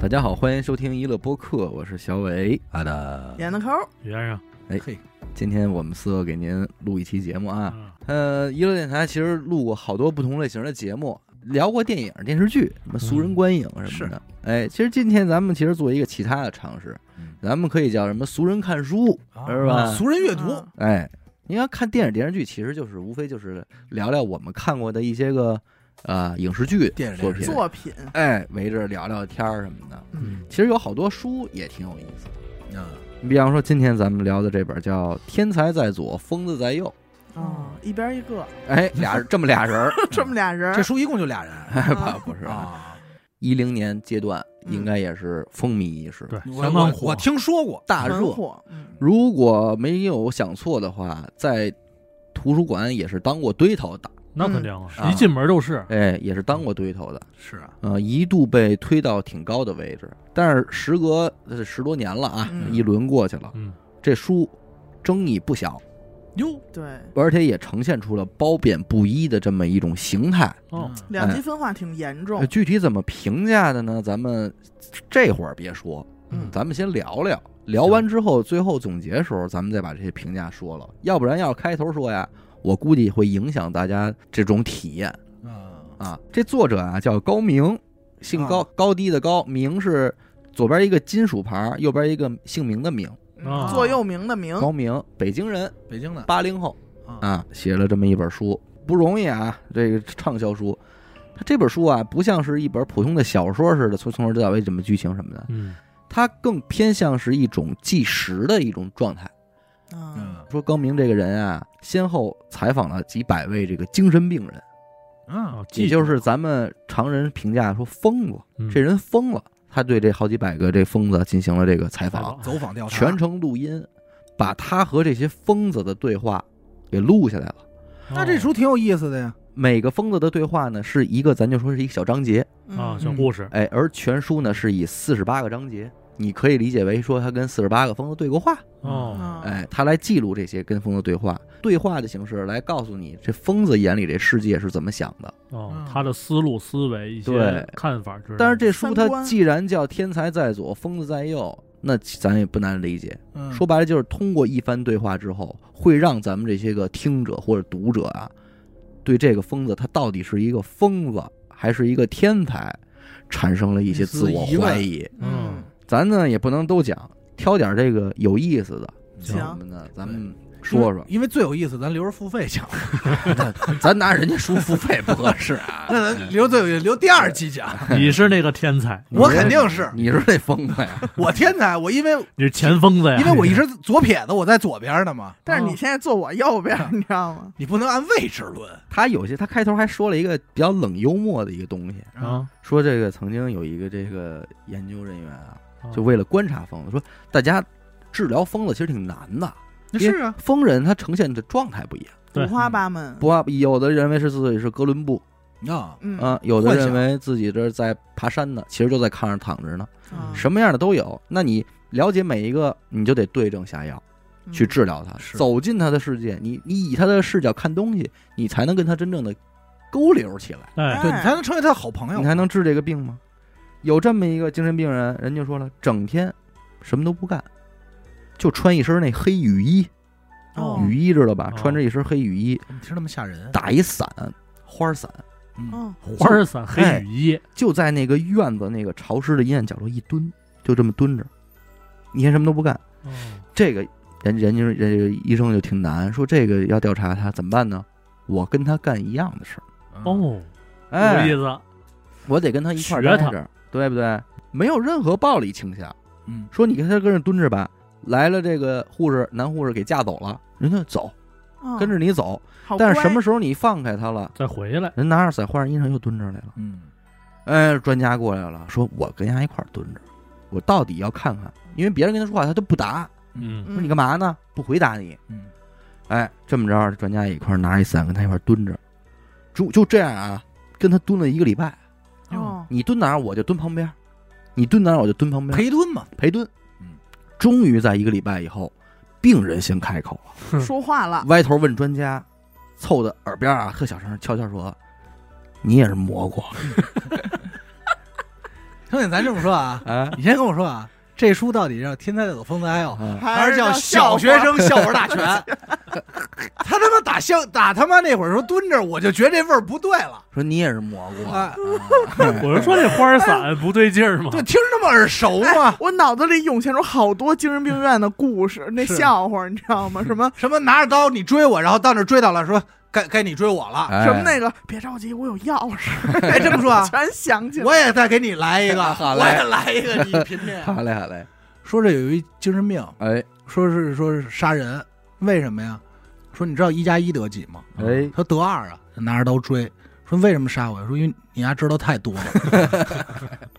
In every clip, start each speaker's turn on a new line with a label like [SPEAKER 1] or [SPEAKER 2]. [SPEAKER 1] 大家好，欢迎收听娱乐播客，我是小伟。
[SPEAKER 2] 好的，
[SPEAKER 3] 演的抠，
[SPEAKER 4] 圆上
[SPEAKER 1] 哎，
[SPEAKER 2] 嘿，嗯
[SPEAKER 1] 今天我们四个给您录一期节目啊。
[SPEAKER 4] 啊，
[SPEAKER 1] 呃，娱乐电台其实录过好多不同类型的节目，聊过电影、电视剧，
[SPEAKER 2] 嗯
[SPEAKER 1] 什么俗人观影什么的。哎，其实今天咱们其实做一个其他的尝试
[SPEAKER 2] 嗯，啊
[SPEAKER 1] 咱们可以叫什么俗人看书，是吧？
[SPEAKER 2] 俗人阅读，
[SPEAKER 3] 嗯
[SPEAKER 1] 哎，你看看电影、电视剧，其实就是无非就是聊聊我们看过的一些个呃影视剧
[SPEAKER 2] 电影
[SPEAKER 1] 作品，
[SPEAKER 3] 作品，
[SPEAKER 1] 哎，围着聊聊天儿什么的。
[SPEAKER 3] 嗯，
[SPEAKER 1] 其实有好多书也挺有意思的。
[SPEAKER 2] 啊，
[SPEAKER 1] 你比方说，今天咱们聊的这本叫《天才在左，疯子在右
[SPEAKER 3] 哦，一边一个，》，
[SPEAKER 1] 哎， 俩这么俩人儿，
[SPEAKER 3] 这么俩人儿
[SPEAKER 2] 这，书一共就俩人
[SPEAKER 1] 哎不不是
[SPEAKER 2] 啊，
[SPEAKER 1] 一零年阶段，
[SPEAKER 3] 嗯
[SPEAKER 1] 应该也是风靡一时，
[SPEAKER 4] 对，
[SPEAKER 2] 我
[SPEAKER 4] 相当
[SPEAKER 2] 我
[SPEAKER 4] 火
[SPEAKER 2] 我听说过，
[SPEAKER 1] 大
[SPEAKER 3] 很
[SPEAKER 1] 热。
[SPEAKER 3] 火，嗯
[SPEAKER 1] 如果没有想错的话，在图书馆也是当过堆头的，
[SPEAKER 4] 那肯定啊
[SPEAKER 1] 嗯，
[SPEAKER 4] 一进门都是，
[SPEAKER 1] 哎，也是当过堆头的，
[SPEAKER 2] 是啊，
[SPEAKER 1] 呃，一度被推到挺高的位置，但是时隔呃十多年了啊，
[SPEAKER 3] 嗯
[SPEAKER 1] 一轮过去了，
[SPEAKER 4] 嗯，
[SPEAKER 1] 这书争议不小，
[SPEAKER 2] 哟，
[SPEAKER 3] 嗯对，
[SPEAKER 1] 而且也呈现出了褒贬不一的这么一种形态。
[SPEAKER 2] 嗯
[SPEAKER 4] 哦，
[SPEAKER 3] 两
[SPEAKER 1] 哎
[SPEAKER 3] 极分化挺严重
[SPEAKER 1] 呃，具体怎么评价的呢？咱们这会儿别说，
[SPEAKER 3] 嗯
[SPEAKER 1] 咱们先聊聊。聊完之后，最后总结的时候，咱们再把这些评价说了。要不然要开头说呀，我估计会影响大家这种体验
[SPEAKER 2] 嗯
[SPEAKER 1] 啊。这作者啊叫高明，姓高，
[SPEAKER 2] 啊
[SPEAKER 1] 高低的高，明是左边一个金属牌，右边一个姓名的名。
[SPEAKER 2] 哦
[SPEAKER 4] 啊
[SPEAKER 3] 嗯座右铭的铭，
[SPEAKER 1] 高明，北京人，
[SPEAKER 2] 北京的
[SPEAKER 1] 八零后
[SPEAKER 2] 啊，
[SPEAKER 1] 啊，写了这么一本书，不容易啊，这个畅销书。他这本书啊，不像是一本普通的小说似的，从从头到尾怎么剧情什么的，
[SPEAKER 4] 嗯，
[SPEAKER 1] 它更偏向是一种纪实的一种状态。
[SPEAKER 3] 嗯，
[SPEAKER 2] 嗯
[SPEAKER 1] 说高明这个人啊，先后采访了几百位这个精神病人，
[SPEAKER 2] 嗯
[SPEAKER 4] 哦，
[SPEAKER 1] 也
[SPEAKER 4] 记住
[SPEAKER 1] 就是咱们常人评价说疯子，
[SPEAKER 4] 嗯
[SPEAKER 1] 这人疯了。他对这好几百个这疯子进行了这个采
[SPEAKER 4] 采
[SPEAKER 1] 访，
[SPEAKER 4] 访
[SPEAKER 2] 走访调查，哦
[SPEAKER 1] 全程录音，把他和这些疯子的对话给录下来了。
[SPEAKER 4] 哦
[SPEAKER 2] 那这书挺有意思的呀，
[SPEAKER 1] 每个疯子的对话呢，是一个咱就说是一个小章节，
[SPEAKER 3] 嗯
[SPEAKER 4] 啊，
[SPEAKER 2] 哦
[SPEAKER 4] 小故事，
[SPEAKER 1] 哎，而全书呢是以四十八个章节，你可以理解为说他跟四十八个疯子对过话，
[SPEAKER 4] 哦，
[SPEAKER 3] 嗯
[SPEAKER 1] 哎，他来记录这些跟疯子对话，对话的形式来告诉你这疯子眼里这世界是怎么想的。
[SPEAKER 4] 哦
[SPEAKER 2] 嗯，
[SPEAKER 4] 他的思路、思维、一些
[SPEAKER 1] 对
[SPEAKER 4] 看法之类的，
[SPEAKER 1] 但是这书
[SPEAKER 3] 三
[SPEAKER 1] 它
[SPEAKER 3] 观
[SPEAKER 1] 既然叫天才在左，疯子在右，那咱也不难理解。
[SPEAKER 2] 嗯
[SPEAKER 1] 说白了就是通过一番对话之后，会让咱们这些个听者或者读者啊，对这个疯子他到底是一个疯子还是一个天才，产生了一些自我怀疑。
[SPEAKER 4] 嗯
[SPEAKER 1] 咱呢也不能都讲，挑点这个有意思的，
[SPEAKER 3] 行
[SPEAKER 1] 什么的，咱们说说。
[SPEAKER 2] 因为最有意思，咱留着付费讲，
[SPEAKER 1] 咱拿人家书付费不合适啊。
[SPEAKER 2] 那咱留最有意思，留第二期讲，
[SPEAKER 4] 你是那个天才，
[SPEAKER 2] 我肯定是
[SPEAKER 1] 你是那疯子呀？
[SPEAKER 2] 我天才，我因 为
[SPEAKER 4] 你是前疯子呀，
[SPEAKER 2] 因为我一直左撇子，我在左边呢嘛，
[SPEAKER 3] 但是你现在坐我右边，
[SPEAKER 2] 嗯
[SPEAKER 3] 你知道吗？
[SPEAKER 2] 你不能按位置论
[SPEAKER 1] 他有些，他开头还说了一个比较冷幽默的一个东西，
[SPEAKER 4] 啊，
[SPEAKER 1] 说这个曾经有一个这个研究人员啊，
[SPEAKER 2] 嗯
[SPEAKER 4] 啊
[SPEAKER 1] 就为了观察疯子，说大家治疗疯子其实挺难的，因为
[SPEAKER 2] 是啊，
[SPEAKER 1] 疯人他呈现的状态不一样，
[SPEAKER 4] 对
[SPEAKER 3] 五
[SPEAKER 2] 嗯
[SPEAKER 3] 花八门，
[SPEAKER 1] 不啊，有的认为是自己是哥伦布
[SPEAKER 2] 啊，
[SPEAKER 3] 嗯
[SPEAKER 1] 啊、有的
[SPEAKER 2] 幻想
[SPEAKER 1] 认为自己这是在爬山呢，其实就在炕上躺着呢，
[SPEAKER 3] 啊
[SPEAKER 2] 嗯
[SPEAKER 1] 什么样的都有。那你了解每一个，你就得对症下药
[SPEAKER 3] 嗯
[SPEAKER 1] 去治疗他，
[SPEAKER 2] 是
[SPEAKER 1] 走进他的世界，你你以他的视角看东西，你才能跟他真正的勾留起来，
[SPEAKER 4] 哎，
[SPEAKER 2] 对你才能成为他的好朋友，
[SPEAKER 1] 你才能治这个病吗？有这么一个精神病人，人家说了，整天什么都不干，就穿一身那黑雨衣，
[SPEAKER 3] 哦
[SPEAKER 1] 雨衣知道吧？
[SPEAKER 4] 哦
[SPEAKER 1] 穿着一身黑雨衣，
[SPEAKER 2] 你听那么吓人，
[SPEAKER 1] 打一伞，花伞，
[SPEAKER 2] 嗯，
[SPEAKER 3] 哦
[SPEAKER 4] 花儿伞、黑
[SPEAKER 1] 哎
[SPEAKER 4] 雨衣，
[SPEAKER 1] 就在那个院子那个潮湿的阴暗角落一蹲，就这么蹲着，你还什么都不干。
[SPEAKER 2] 嗯
[SPEAKER 4] 哦
[SPEAKER 1] 这个人人家人家医生就挺难，说这个要调查他怎么办呢？我跟他干一样的事儿，
[SPEAKER 2] 啊嗯
[SPEAKER 4] 哦，有意
[SPEAKER 1] 哎，
[SPEAKER 4] 思，
[SPEAKER 1] 我得跟他一块儿
[SPEAKER 4] 学
[SPEAKER 1] 待
[SPEAKER 4] 他
[SPEAKER 1] 着，对不对？没有任何暴力倾向。
[SPEAKER 2] 嗯，
[SPEAKER 1] 说你跟他跟着蹲着吧，来了这个护士男护士给架走了，人家走
[SPEAKER 3] 哦
[SPEAKER 1] 跟着你走，
[SPEAKER 3] 好
[SPEAKER 1] 但是
[SPEAKER 3] 乖嗯
[SPEAKER 1] 什么时候你放开他了，
[SPEAKER 4] 再回来，
[SPEAKER 1] 人拿着伞换上衣裳又蹲着来了。
[SPEAKER 2] 嗯，
[SPEAKER 1] 哎，专家过来了，说我跟人家一块儿蹲着，我到底要看看，因为别人跟他说话他都不答，
[SPEAKER 4] 嗯，
[SPEAKER 1] 说你干嘛呢？不回答你。
[SPEAKER 2] 嗯，
[SPEAKER 1] 哎，这么着，专家一块儿拿一伞跟他一块儿蹲着，就就这样啊，跟他蹲了一个礼拜。
[SPEAKER 3] 嗯哦
[SPEAKER 1] 你蹲哪儿我就蹲旁边儿，你蹲哪儿我就蹲旁边儿
[SPEAKER 2] 陪蹲嘛，
[SPEAKER 1] 陪蹲
[SPEAKER 2] 嗯。
[SPEAKER 1] 终于在一个礼拜以后，病人先开口了，
[SPEAKER 3] 说话了
[SPEAKER 1] 歪头问专家，凑到耳边啊，特小声悄悄说：“你也是蘑菇。”
[SPEAKER 2] 兄弟，咱这么 说啊，
[SPEAKER 1] 哎，
[SPEAKER 2] 你先跟我说啊，这书到底叫《天才走风灾》哦，
[SPEAKER 1] 啊
[SPEAKER 2] 还是叫《小学生笑话大全》？他他妈打香打他妈那会儿时候蹲着，我就觉得这味儿不对了。
[SPEAKER 1] 说你也是蘑菇啊，
[SPEAKER 2] 哎，
[SPEAKER 4] 我是说这花儿伞不对劲儿嘛，
[SPEAKER 2] 这听着那么耳熟
[SPEAKER 3] 哎
[SPEAKER 2] 吗？
[SPEAKER 3] 我脑子里涌现出好多精神病院的故事，那
[SPEAKER 2] 是
[SPEAKER 3] 笑话你知道 吗？什么
[SPEAKER 2] 什么拿着刀你追我，然后到那儿追到了，说该该你追我了。
[SPEAKER 1] 哎
[SPEAKER 3] 啊什么那个，别着急，我有钥匙，
[SPEAKER 2] 哎，这么说啊，
[SPEAKER 3] 全想起来。
[SPEAKER 2] 我也再给你来一个，
[SPEAKER 1] 好
[SPEAKER 2] 我
[SPEAKER 1] 嘞
[SPEAKER 2] 也来一个，你
[SPEAKER 1] 呃
[SPEAKER 2] 品品。
[SPEAKER 1] 好嘞好嘞，
[SPEAKER 2] 说这有一精神病，
[SPEAKER 1] 哎
[SPEAKER 2] 说是说是杀人，为什么呀？说你知道一加一得几吗？
[SPEAKER 1] 哎，
[SPEAKER 2] 他得二啊，拿着刀追，说为什么杀我呀？说因为你丫知道太 多了，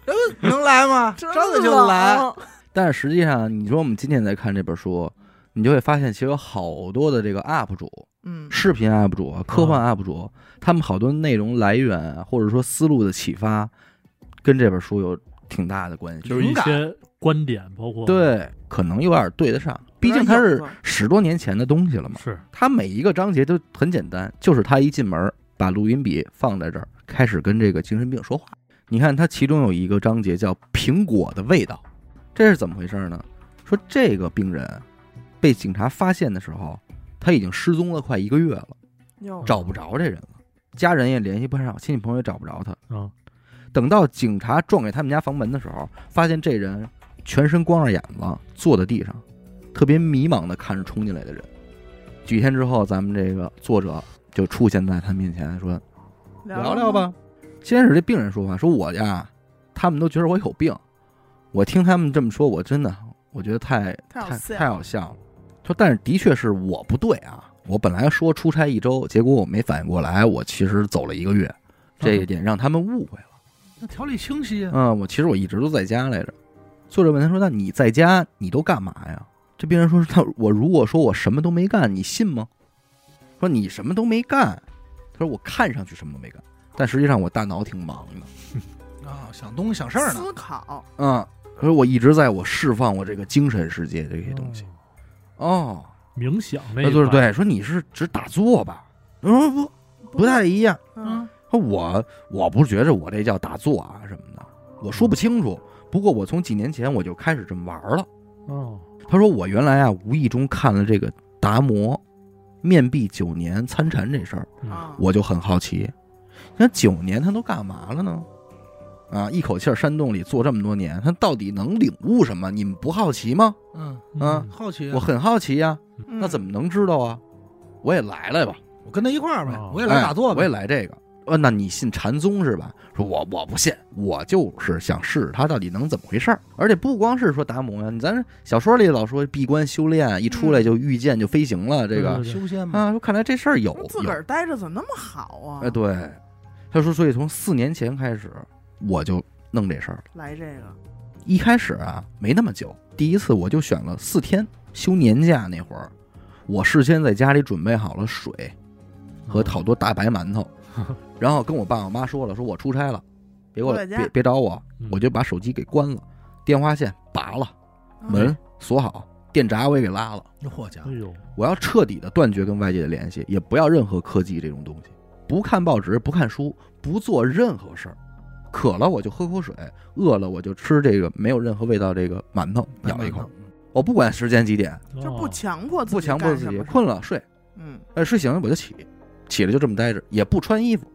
[SPEAKER 2] 这能来吗？
[SPEAKER 3] 真
[SPEAKER 2] 张嘴就来，
[SPEAKER 3] 冷，
[SPEAKER 1] 但实际上你说我们今天在看这本书，你就会发现其实有好多的这个 UP 主、
[SPEAKER 3] 嗯，
[SPEAKER 1] 视频 UP 主、啊科幻 UP 主，他们好多内容来源啊或者说思路的启发，跟这本书有挺大的关系。
[SPEAKER 4] 就是一
[SPEAKER 2] 灵感
[SPEAKER 4] 些观点，包括，
[SPEAKER 1] 对，可能有点对得上，毕竟它是十多年前的东西了嘛。
[SPEAKER 4] 是
[SPEAKER 1] 它每一个章节都很简单，就是他一进门把录音笔放在这儿，开始跟这个精神病说话。你看，它其中有一个章节叫“苹果的味道”，这是怎么回事呢？说这个病人被警察发现的时候，他已经失踪了快一个月了，
[SPEAKER 3] 有
[SPEAKER 1] 找不着这人了，家人也联系不上，亲戚朋友也找不着他。
[SPEAKER 4] 啊，
[SPEAKER 1] 等到警察撞给他们家房门的时候，发现这人全身光着眼子，坐在地上，特别迷茫的看着冲进来的人。几天之后，咱们这个作者就出现在他面前，说聊聊，吧。先是这病人说话，说我呀，他们都觉得我有病，我听他们这么说，我真的我觉得太
[SPEAKER 3] 太好
[SPEAKER 1] 太
[SPEAKER 3] 笑
[SPEAKER 1] 太好笑了。说但是的确是我不对啊，我本来说出差一周，结果我没反应过来，我其实走了一个月，这一点让他们误
[SPEAKER 3] 嗯
[SPEAKER 1] 会了。
[SPEAKER 2] 那条理清晰啊。
[SPEAKER 1] 嗯，我其实我一直都在家来着。作者问他说：“那你在家你都干嘛呀？”这病人说：“那我如果说我什么都没干，你信吗？”说你什么都没干，他说我看上去什么都没干，但实际上我大脑挺忙的。
[SPEAKER 2] 啊，想东西想事儿呢。
[SPEAKER 3] 思考，
[SPEAKER 1] 嗯，他说我一直在我释放我这个精神世界这些东西。哦，
[SPEAKER 4] 冥想
[SPEAKER 1] 那
[SPEAKER 4] 那一
[SPEAKER 1] 呃就是
[SPEAKER 4] 块，
[SPEAKER 1] 对，说你是只打坐吧？嗯，不不太一样。
[SPEAKER 3] 嗯，
[SPEAKER 1] 说我我不觉着我这叫打坐啊什么的，我说不清楚。不过我从几年前我就开始这么玩了。
[SPEAKER 4] 哦，
[SPEAKER 1] 他说我原来啊无意中看了这个达摩面壁九年参禅这事儿，
[SPEAKER 4] 嗯
[SPEAKER 3] 啊
[SPEAKER 1] 我就很好奇，那九年他都干嘛了呢？啊，一口气儿山洞里坐这么多年，他到底能领悟什么？你们不好奇吗？
[SPEAKER 2] 嗯，
[SPEAKER 1] 嗯
[SPEAKER 2] 好奇啊。
[SPEAKER 1] 我很好奇呀、
[SPEAKER 3] 嗯
[SPEAKER 1] 那怎么能知道啊？我也来来吧，
[SPEAKER 2] 我跟他一块儿呗
[SPEAKER 4] 哦，
[SPEAKER 2] 啊我也来打坐
[SPEAKER 1] 哎
[SPEAKER 2] 呗。
[SPEAKER 1] 我也来这个。呃，那你信禅宗是吧？说我我不信，我就是想试试他到底能怎么回事儿。而且不光是说达摩呀，你咱小说里老说闭关修炼，一
[SPEAKER 2] 嗯
[SPEAKER 1] 出来就御剑就飞行了，这
[SPEAKER 4] 对
[SPEAKER 1] 个
[SPEAKER 4] 对对
[SPEAKER 2] 修仙嘛。
[SPEAKER 1] 啊，说看来这事儿有
[SPEAKER 3] 那自
[SPEAKER 1] 有
[SPEAKER 3] 个，儿待着怎么那么好啊？
[SPEAKER 1] 哎，对，他说，所以从四年前开始我就弄这事儿了。
[SPEAKER 3] 来这个，
[SPEAKER 1] 一开始啊，没那么久，第一次我就选了四天休年假那会儿，我事先在家里准备好了水
[SPEAKER 4] 嗯
[SPEAKER 1] 和好多大白馒 头，然后跟我爸我妈说了，说我出差了，别过来，
[SPEAKER 3] 不在家
[SPEAKER 1] 别别找我，
[SPEAKER 4] 嗯
[SPEAKER 1] 我就把手机给关了，电话线拔了，
[SPEAKER 3] 嗯
[SPEAKER 1] 门锁好，电闸我也给拉了。
[SPEAKER 2] 嚯家
[SPEAKER 4] 哎
[SPEAKER 2] 伙，
[SPEAKER 4] 呦，
[SPEAKER 1] 我要彻底的断绝跟外界的联系，也不要任何科技这种东西，不看报纸，不看书，不做任何事儿。渴了我就喝口水，饿了我就吃这个没有任何味道这个馒头，
[SPEAKER 2] 嗯
[SPEAKER 1] 咬一口。我不管时间几点，
[SPEAKER 3] 就不
[SPEAKER 4] 哦
[SPEAKER 3] 强迫自己，
[SPEAKER 1] 不强迫自己，困，了睡，
[SPEAKER 3] 嗯，
[SPEAKER 1] 呃，睡醒了我就起，起来就这么待着，也不穿衣服。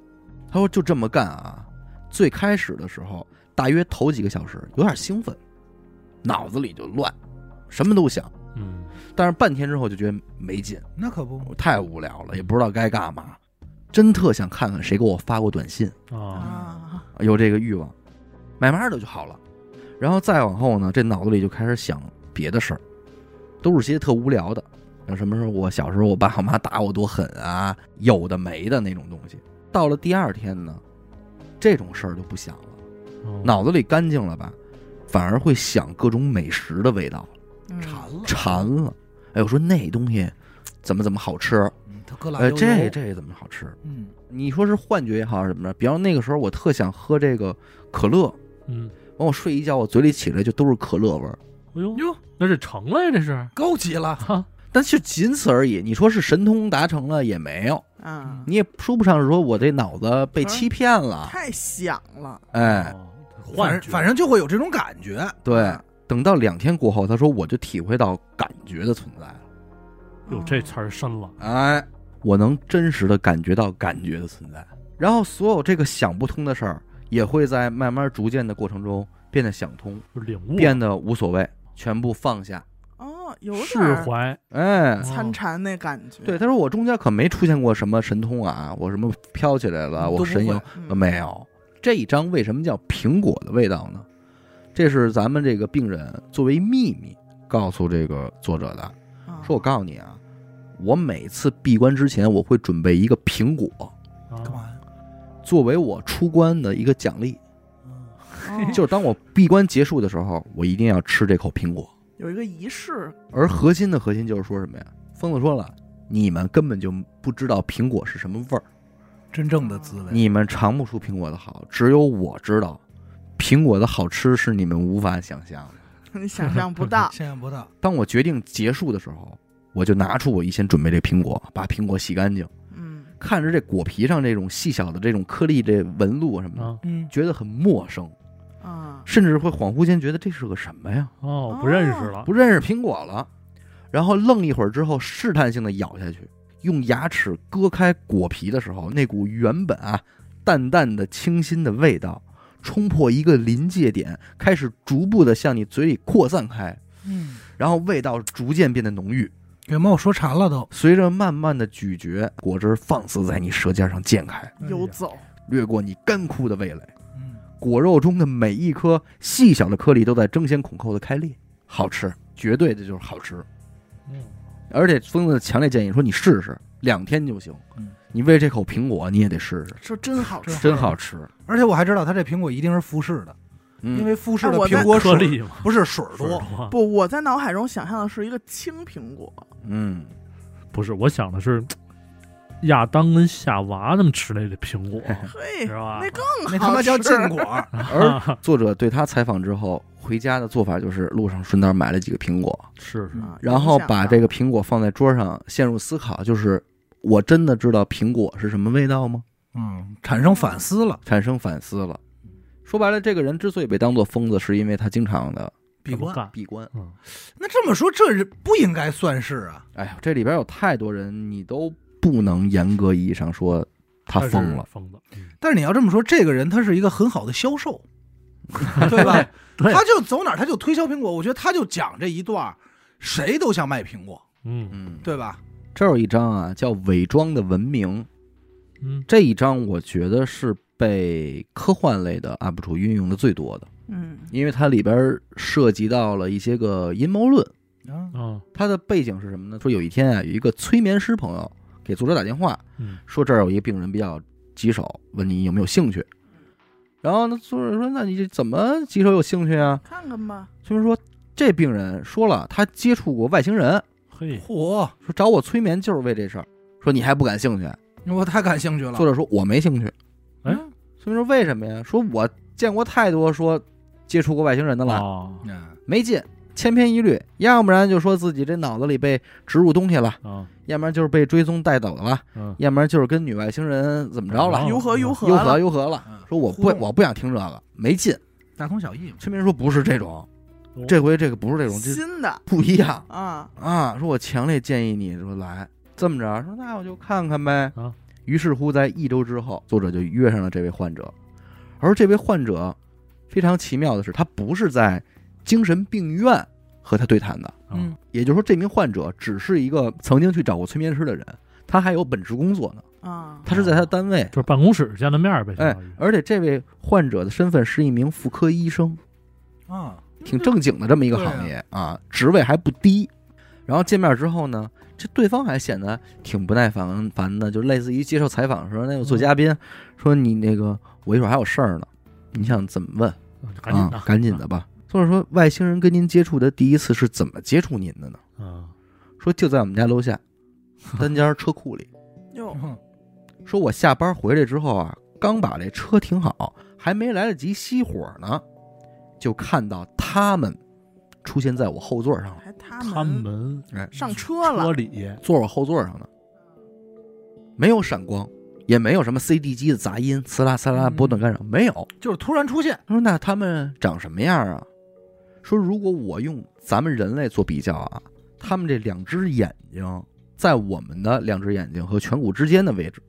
[SPEAKER 1] 他说就这么干啊。最开始的时候，大约头几个小时有点兴奋，脑子里就乱，什么都想。
[SPEAKER 4] 嗯，
[SPEAKER 1] 但是半天之后就觉得没劲，
[SPEAKER 2] 那可不，
[SPEAKER 1] 我太无聊了，也不知道该干嘛，真特想看看谁给我发过短信，
[SPEAKER 4] 啊，
[SPEAKER 3] 啊，
[SPEAKER 1] 有这个欲望，慢慢的就好了。然后再往后呢，这脑子里就开始想别的事儿，都是些特无聊的，有什么时候我小时候我爸我妈打我多狠啊，有的没的那种东西。到了第二天呢，这种事儿就不想了，
[SPEAKER 4] 哦
[SPEAKER 1] 脑子里干净了吧，反而会想各种美食的味道，
[SPEAKER 3] 嗯
[SPEAKER 2] 馋了，
[SPEAKER 1] 馋了。哎，我说那东西怎么怎么好吃，
[SPEAKER 2] 嗯，他搁辣椒
[SPEAKER 1] 哎，
[SPEAKER 2] 油。
[SPEAKER 1] 这这怎么好吃？
[SPEAKER 2] 嗯，
[SPEAKER 1] 你说是幻觉也好什么的，比方那个时候我特想喝这个可乐，
[SPEAKER 4] 嗯，
[SPEAKER 1] 完我睡一觉，我嘴里起来就都是可乐味儿，
[SPEAKER 4] 哎呦，
[SPEAKER 2] 哟，
[SPEAKER 4] 那这成了呀，这是
[SPEAKER 2] 高级 了。
[SPEAKER 4] 哈，
[SPEAKER 1] 但是仅此而已。你说是神通达成了也没有，
[SPEAKER 3] 啊，
[SPEAKER 1] 嗯你也说不上说我这脑子被欺骗了，
[SPEAKER 3] 太想了，
[SPEAKER 1] 哎，
[SPEAKER 4] 哦
[SPEAKER 2] 反
[SPEAKER 4] 幻
[SPEAKER 2] 正
[SPEAKER 4] 觉，
[SPEAKER 2] 反正就会有这种感觉。
[SPEAKER 1] 对，等到两天过后，他说我就体会到感觉的存在了，
[SPEAKER 3] 嗯
[SPEAKER 4] 哟，这词儿深了，
[SPEAKER 1] 哎，我能真实的感觉到感觉的存在。然后所有这个想不通的事儿，也会在慢慢逐渐的过程中变得想通，
[SPEAKER 4] 就领悟了、
[SPEAKER 1] 变得无所谓，全部放下。
[SPEAKER 3] 哦，有点
[SPEAKER 4] 释
[SPEAKER 3] 儿
[SPEAKER 4] 怀，
[SPEAKER 1] 哎，
[SPEAKER 3] 参禅那感觉。
[SPEAKER 1] 对，他说我中间可没出现过什么神通啊，我什么飘起来了，
[SPEAKER 2] 都
[SPEAKER 1] 我
[SPEAKER 2] 不
[SPEAKER 1] 神游
[SPEAKER 2] 会
[SPEAKER 3] 嗯，
[SPEAKER 1] 呃没有。这一章为什么叫苹果的味道呢？这是咱们这个病人作为秘密告诉这个作者的，
[SPEAKER 3] 啊
[SPEAKER 1] 说我告诉你啊，我每次闭关之前，我会准备一个苹果
[SPEAKER 4] 啊
[SPEAKER 2] 干嘛呀？
[SPEAKER 1] 作为我出关的一个奖励，
[SPEAKER 3] 哦
[SPEAKER 1] 就是当我闭关结束的时候，我一定要吃这口苹果。
[SPEAKER 3] 有一个仪式，
[SPEAKER 1] 而核心的核心就是说什么呀？疯子说了，你们根本就不知道苹果是什么味儿。
[SPEAKER 2] 真正的滋 味，
[SPEAKER 1] 你们尝不出苹果的好，只有我知道，苹果的好吃是你们无法想象的。
[SPEAKER 3] 你想象不到。
[SPEAKER 2] 想象不到。
[SPEAKER 1] 当我决定结束的时候，我就拿出我以前准备这苹果，把苹果洗干净，
[SPEAKER 3] 嗯，
[SPEAKER 1] 看着这果皮上这种细小的这种颗粒、这纹路什么的，
[SPEAKER 4] 啊
[SPEAKER 2] 嗯，
[SPEAKER 1] 觉得很陌生，
[SPEAKER 3] 啊，
[SPEAKER 1] 甚至会恍惚间觉得这是个什么呀？
[SPEAKER 4] 哦，
[SPEAKER 2] 啊
[SPEAKER 4] 不认识了，
[SPEAKER 1] 不认识苹果了。然后愣一会儿之后，试探性的咬下去，用牙齿割开果皮的时候，那股原本啊淡淡的清新的味道，冲破一个临界点，开始逐步的向你嘴里扩散开，
[SPEAKER 2] 嗯，
[SPEAKER 1] 然后味道逐渐变得浓郁。
[SPEAKER 2] 给猫说馋了都。
[SPEAKER 1] 随着慢慢的咀嚼，果汁放肆在你舌尖上溅开，
[SPEAKER 4] 哎
[SPEAKER 3] 游走，
[SPEAKER 1] 掠过你干枯的味蕾，
[SPEAKER 2] 嗯，
[SPEAKER 1] 果肉中的每一颗细小的颗粒都在争先恐后的开裂，好吃，绝对的就是好吃。
[SPEAKER 4] 嗯
[SPEAKER 1] 而且疯子强烈建议说你试试，两天就行
[SPEAKER 2] 嗯。
[SPEAKER 1] 你为这口苹果你也得试试，
[SPEAKER 3] 说真好吃。
[SPEAKER 1] 真好吃。
[SPEAKER 2] 而且我还知道它这苹果一定是富士的，因
[SPEAKER 1] 因为
[SPEAKER 2] 为富士的
[SPEAKER 3] 哎我在
[SPEAKER 2] 苹果
[SPEAKER 4] 颗
[SPEAKER 2] 水
[SPEAKER 4] 粒嘛，
[SPEAKER 2] 不是嗯水儿
[SPEAKER 4] 是
[SPEAKER 2] 多，
[SPEAKER 4] 吗
[SPEAKER 3] 不，我在脑海中想象的是一个青苹果，
[SPEAKER 1] 嗯，
[SPEAKER 4] 不是，我想的是亚当跟夏娃他们吃那个苹果，
[SPEAKER 1] 嗯
[SPEAKER 4] 啊
[SPEAKER 3] 嘿，
[SPEAKER 4] 知道吧
[SPEAKER 3] 那？更好吃。
[SPEAKER 2] 那他妈叫禁果。
[SPEAKER 1] 而作者对他采访之后回家的做法就是路上顺道买了几个苹果，
[SPEAKER 4] 是是，
[SPEAKER 2] 嗯
[SPEAKER 3] 啊
[SPEAKER 1] 然后
[SPEAKER 3] 影响
[SPEAKER 1] 把
[SPEAKER 3] 到
[SPEAKER 1] 这个苹果放在桌上，陷入思考，就是我真的知道苹果是什么味道吗？
[SPEAKER 2] 嗯，产生反思了，
[SPEAKER 1] 产生反思了。说白了，这个人之所以被当做疯子，是因为他经常的
[SPEAKER 2] 闭
[SPEAKER 4] 这么
[SPEAKER 2] 关。
[SPEAKER 4] 干，
[SPEAKER 1] 闭关。
[SPEAKER 4] 嗯，
[SPEAKER 2] 那这么说，这人不应该算是啊？
[SPEAKER 1] 哎呀，这里边有太多人，你都不能严格意义上说他
[SPEAKER 4] 是
[SPEAKER 1] 疯了。
[SPEAKER 4] 疯了，嗯
[SPEAKER 2] 但是你要这么说，这个人他是一个很好的销售，对吧？
[SPEAKER 4] 对
[SPEAKER 2] 他就走哪儿他就推销苹果，我觉得他就讲这一段儿，谁都想卖苹果，
[SPEAKER 4] 嗯
[SPEAKER 1] 嗯，
[SPEAKER 2] 对吧？
[SPEAKER 1] 这有一章啊，叫《伪装的文明》。
[SPEAKER 4] 嗯，
[SPEAKER 1] 这一章我觉得是被科幻类的 UP 主运用的最多的，
[SPEAKER 3] 嗯
[SPEAKER 1] 因为它里边涉及到了一些个阴谋论。
[SPEAKER 2] 啊，
[SPEAKER 4] 啊，
[SPEAKER 1] 它的背景是什么呢？说有一天啊，有一个催眠师朋友给作者打电话，
[SPEAKER 4] 嗯，
[SPEAKER 1] 说这儿有一个病人比较棘手，问你有没有兴趣。然后呢，作者说：“那你这怎么棘手有兴趣啊
[SPEAKER 3] 看看吧，？”
[SPEAKER 1] 催眠说：“这病人说了，他接触过外星人，
[SPEAKER 4] 嘿，
[SPEAKER 2] 嚯，
[SPEAKER 1] 说找我催眠就是为这事儿。说你还不感兴趣？
[SPEAKER 2] 我太感兴趣了
[SPEAKER 1] 作。者说：“我没兴趣。”
[SPEAKER 4] 哎
[SPEAKER 2] 嗯
[SPEAKER 1] 所以说为什么呀？说我见过太多说接触过外星人的了，
[SPEAKER 4] 啊
[SPEAKER 2] 嗯
[SPEAKER 1] 没劲，千篇一律。要不然就说自己这脑子里被植入东西了，
[SPEAKER 4] 啊
[SPEAKER 1] 要不然就是被追踪带走的了，
[SPEAKER 4] 嗯，
[SPEAKER 1] 要不然就是跟女外星人怎么着了，
[SPEAKER 4] 哦
[SPEAKER 3] 游河游河
[SPEAKER 1] 又和
[SPEAKER 3] 了，
[SPEAKER 1] 又和了。
[SPEAKER 2] 嗯
[SPEAKER 1] 说我不
[SPEAKER 2] 互动
[SPEAKER 1] 我不想听这个，没劲。
[SPEAKER 2] 大同小异嘛。
[SPEAKER 1] 村民说不是这种，
[SPEAKER 4] 哦
[SPEAKER 1] 这回这个不是这种，这
[SPEAKER 3] 新的
[SPEAKER 1] 不一样
[SPEAKER 3] 啊，
[SPEAKER 1] 啊。说我强烈建议你说来这么着，说那我就看看呗。
[SPEAKER 4] 啊
[SPEAKER 1] 于是乎，在一周之后，作者就约上了这位患者，而这位患者非常奇妙的是，他不是在精神病院和他对谈的，
[SPEAKER 4] 嗯
[SPEAKER 1] 也就是说，这名患者只是一个曾经去找过催眠师的人，他还有本职工作呢，
[SPEAKER 3] 啊，
[SPEAKER 1] 他是在他的单位。
[SPEAKER 4] 哦就是办公室见了面儿呗，相
[SPEAKER 1] 哎
[SPEAKER 4] 当于，
[SPEAKER 1] 而且这位患者的身份是一名妇科医生，
[SPEAKER 2] 啊，
[SPEAKER 1] 挺正经的这么一个行
[SPEAKER 4] 嗯
[SPEAKER 1] 业啊，职位还不低。然后见面之后呢，这对方还显得挺不耐烦烦的，就类似于接受采访的时候，那
[SPEAKER 4] 嗯
[SPEAKER 1] 个做嘉宾说你那个我一会儿还有事儿呢，你想怎么问？
[SPEAKER 4] 嗯赶紧的
[SPEAKER 1] 啊，，赶紧的吧。作者说外星人跟您接触的第一次是怎么接触您的呢？
[SPEAKER 4] 啊，
[SPEAKER 1] 说就在我们家楼下单间车库里。
[SPEAKER 3] 哟，
[SPEAKER 2] 嗯
[SPEAKER 1] 说我下班回来之后啊，刚把这车停好，还没来得及熄火呢，就看到他们出现在我后座上了。
[SPEAKER 3] 还他
[SPEAKER 4] 他
[SPEAKER 3] 们
[SPEAKER 4] 们
[SPEAKER 1] 哎，
[SPEAKER 3] 上车
[SPEAKER 4] 车
[SPEAKER 3] 了，
[SPEAKER 4] 里
[SPEAKER 1] 坐我后座上呢，没有闪光，也没有什么 CD 机的杂音，呲啦呲啦波段干扰，没有。
[SPEAKER 2] 就是突然出现，
[SPEAKER 1] 他说那他们长什么样啊？说如果我用咱们人类做比较啊，他们这两只眼睛在我们的两只眼睛和颧骨之间的位置，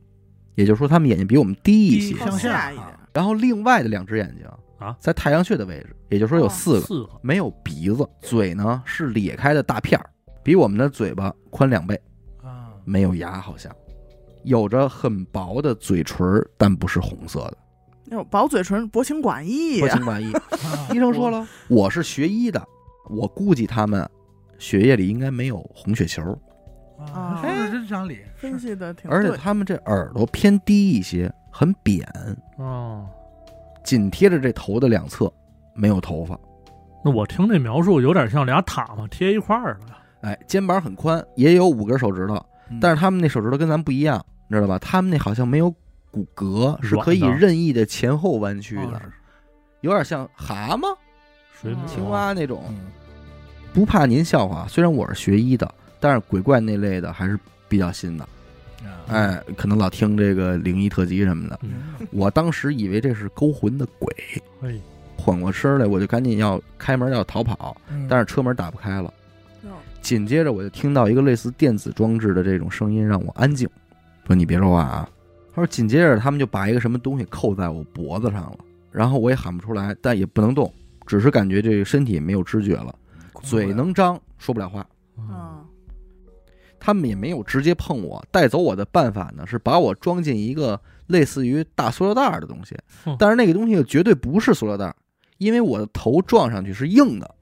[SPEAKER 1] 也就是说他们眼睛比我们低一些
[SPEAKER 2] 低。向
[SPEAKER 3] 向
[SPEAKER 2] 下
[SPEAKER 3] 下一点，
[SPEAKER 1] 然后另外的两只眼睛
[SPEAKER 4] 啊
[SPEAKER 1] 在太阳穴的位置，也就是说有
[SPEAKER 3] 哦
[SPEAKER 1] 四个，
[SPEAKER 4] 四个，
[SPEAKER 1] 没有鼻子，嘴呢是裂开的大片儿，比我们的嘴巴宽两倍，
[SPEAKER 2] 啊，
[SPEAKER 1] 没有牙，好像有着很薄的嘴唇儿，但不是红色的。
[SPEAKER 3] 那种薄嘴唇、薄情寡义
[SPEAKER 1] 不
[SPEAKER 3] 哎呀，
[SPEAKER 1] 情满意。医生说了，我是学医的，我估计他们血液里应该没有红血球，
[SPEAKER 3] 啊
[SPEAKER 2] 啊，说的真讲理，
[SPEAKER 3] 分析的挺
[SPEAKER 1] 而且
[SPEAKER 3] 哎对。
[SPEAKER 1] 他们这耳朵偏低一些，很扁，
[SPEAKER 4] 哦，
[SPEAKER 1] 紧贴着这头的两侧，没有头发。
[SPEAKER 4] 那我听这描述有点像俩塔嘛贴一块儿了，
[SPEAKER 1] 哎，肩膀很宽，也有五根手指头，但
[SPEAKER 2] 嗯是
[SPEAKER 1] 是他们那手指头跟咱不一样，你知道吧？他们那好像没有骨骼，是可以
[SPEAKER 4] 软的
[SPEAKER 1] 任意的前后弯曲
[SPEAKER 2] 哦
[SPEAKER 1] 的
[SPEAKER 2] 是，哦
[SPEAKER 1] 有点像蛤蟆、
[SPEAKER 4] 啊水母
[SPEAKER 1] 青蛙那种。
[SPEAKER 2] 嗯
[SPEAKER 1] 不怕您笑话，虽然我是学医的，但是鬼怪那类的还是比较新的。
[SPEAKER 2] 啊
[SPEAKER 1] 哎，可能老听这个灵异特辑什么的。
[SPEAKER 4] 嗯，
[SPEAKER 1] 我当时以为这是勾魂的鬼，
[SPEAKER 4] 哎，
[SPEAKER 1] 缓过身来，我就赶紧要开门要逃跑，
[SPEAKER 2] 嗯
[SPEAKER 1] 但是车门打不开了。
[SPEAKER 3] 哟
[SPEAKER 1] 紧接着我就听到一个类似电子装置的这种声音，让我安静。说你别说话啊！他说紧接着他们就把一个什么东西扣在我脖子上了，然后我也喊不出来，但也不能动，只是感觉这个身体没有知觉了，
[SPEAKER 2] 嗯
[SPEAKER 1] 嘴能张，说不了话。
[SPEAKER 3] 嗯，
[SPEAKER 1] 他们也没有直接碰我，带走我的办法呢是把我装进一个类似于大塑料袋儿的东西
[SPEAKER 4] 哼，
[SPEAKER 1] 但是那个东西绝对不是塑料袋儿，因为我的头撞上去是硬的，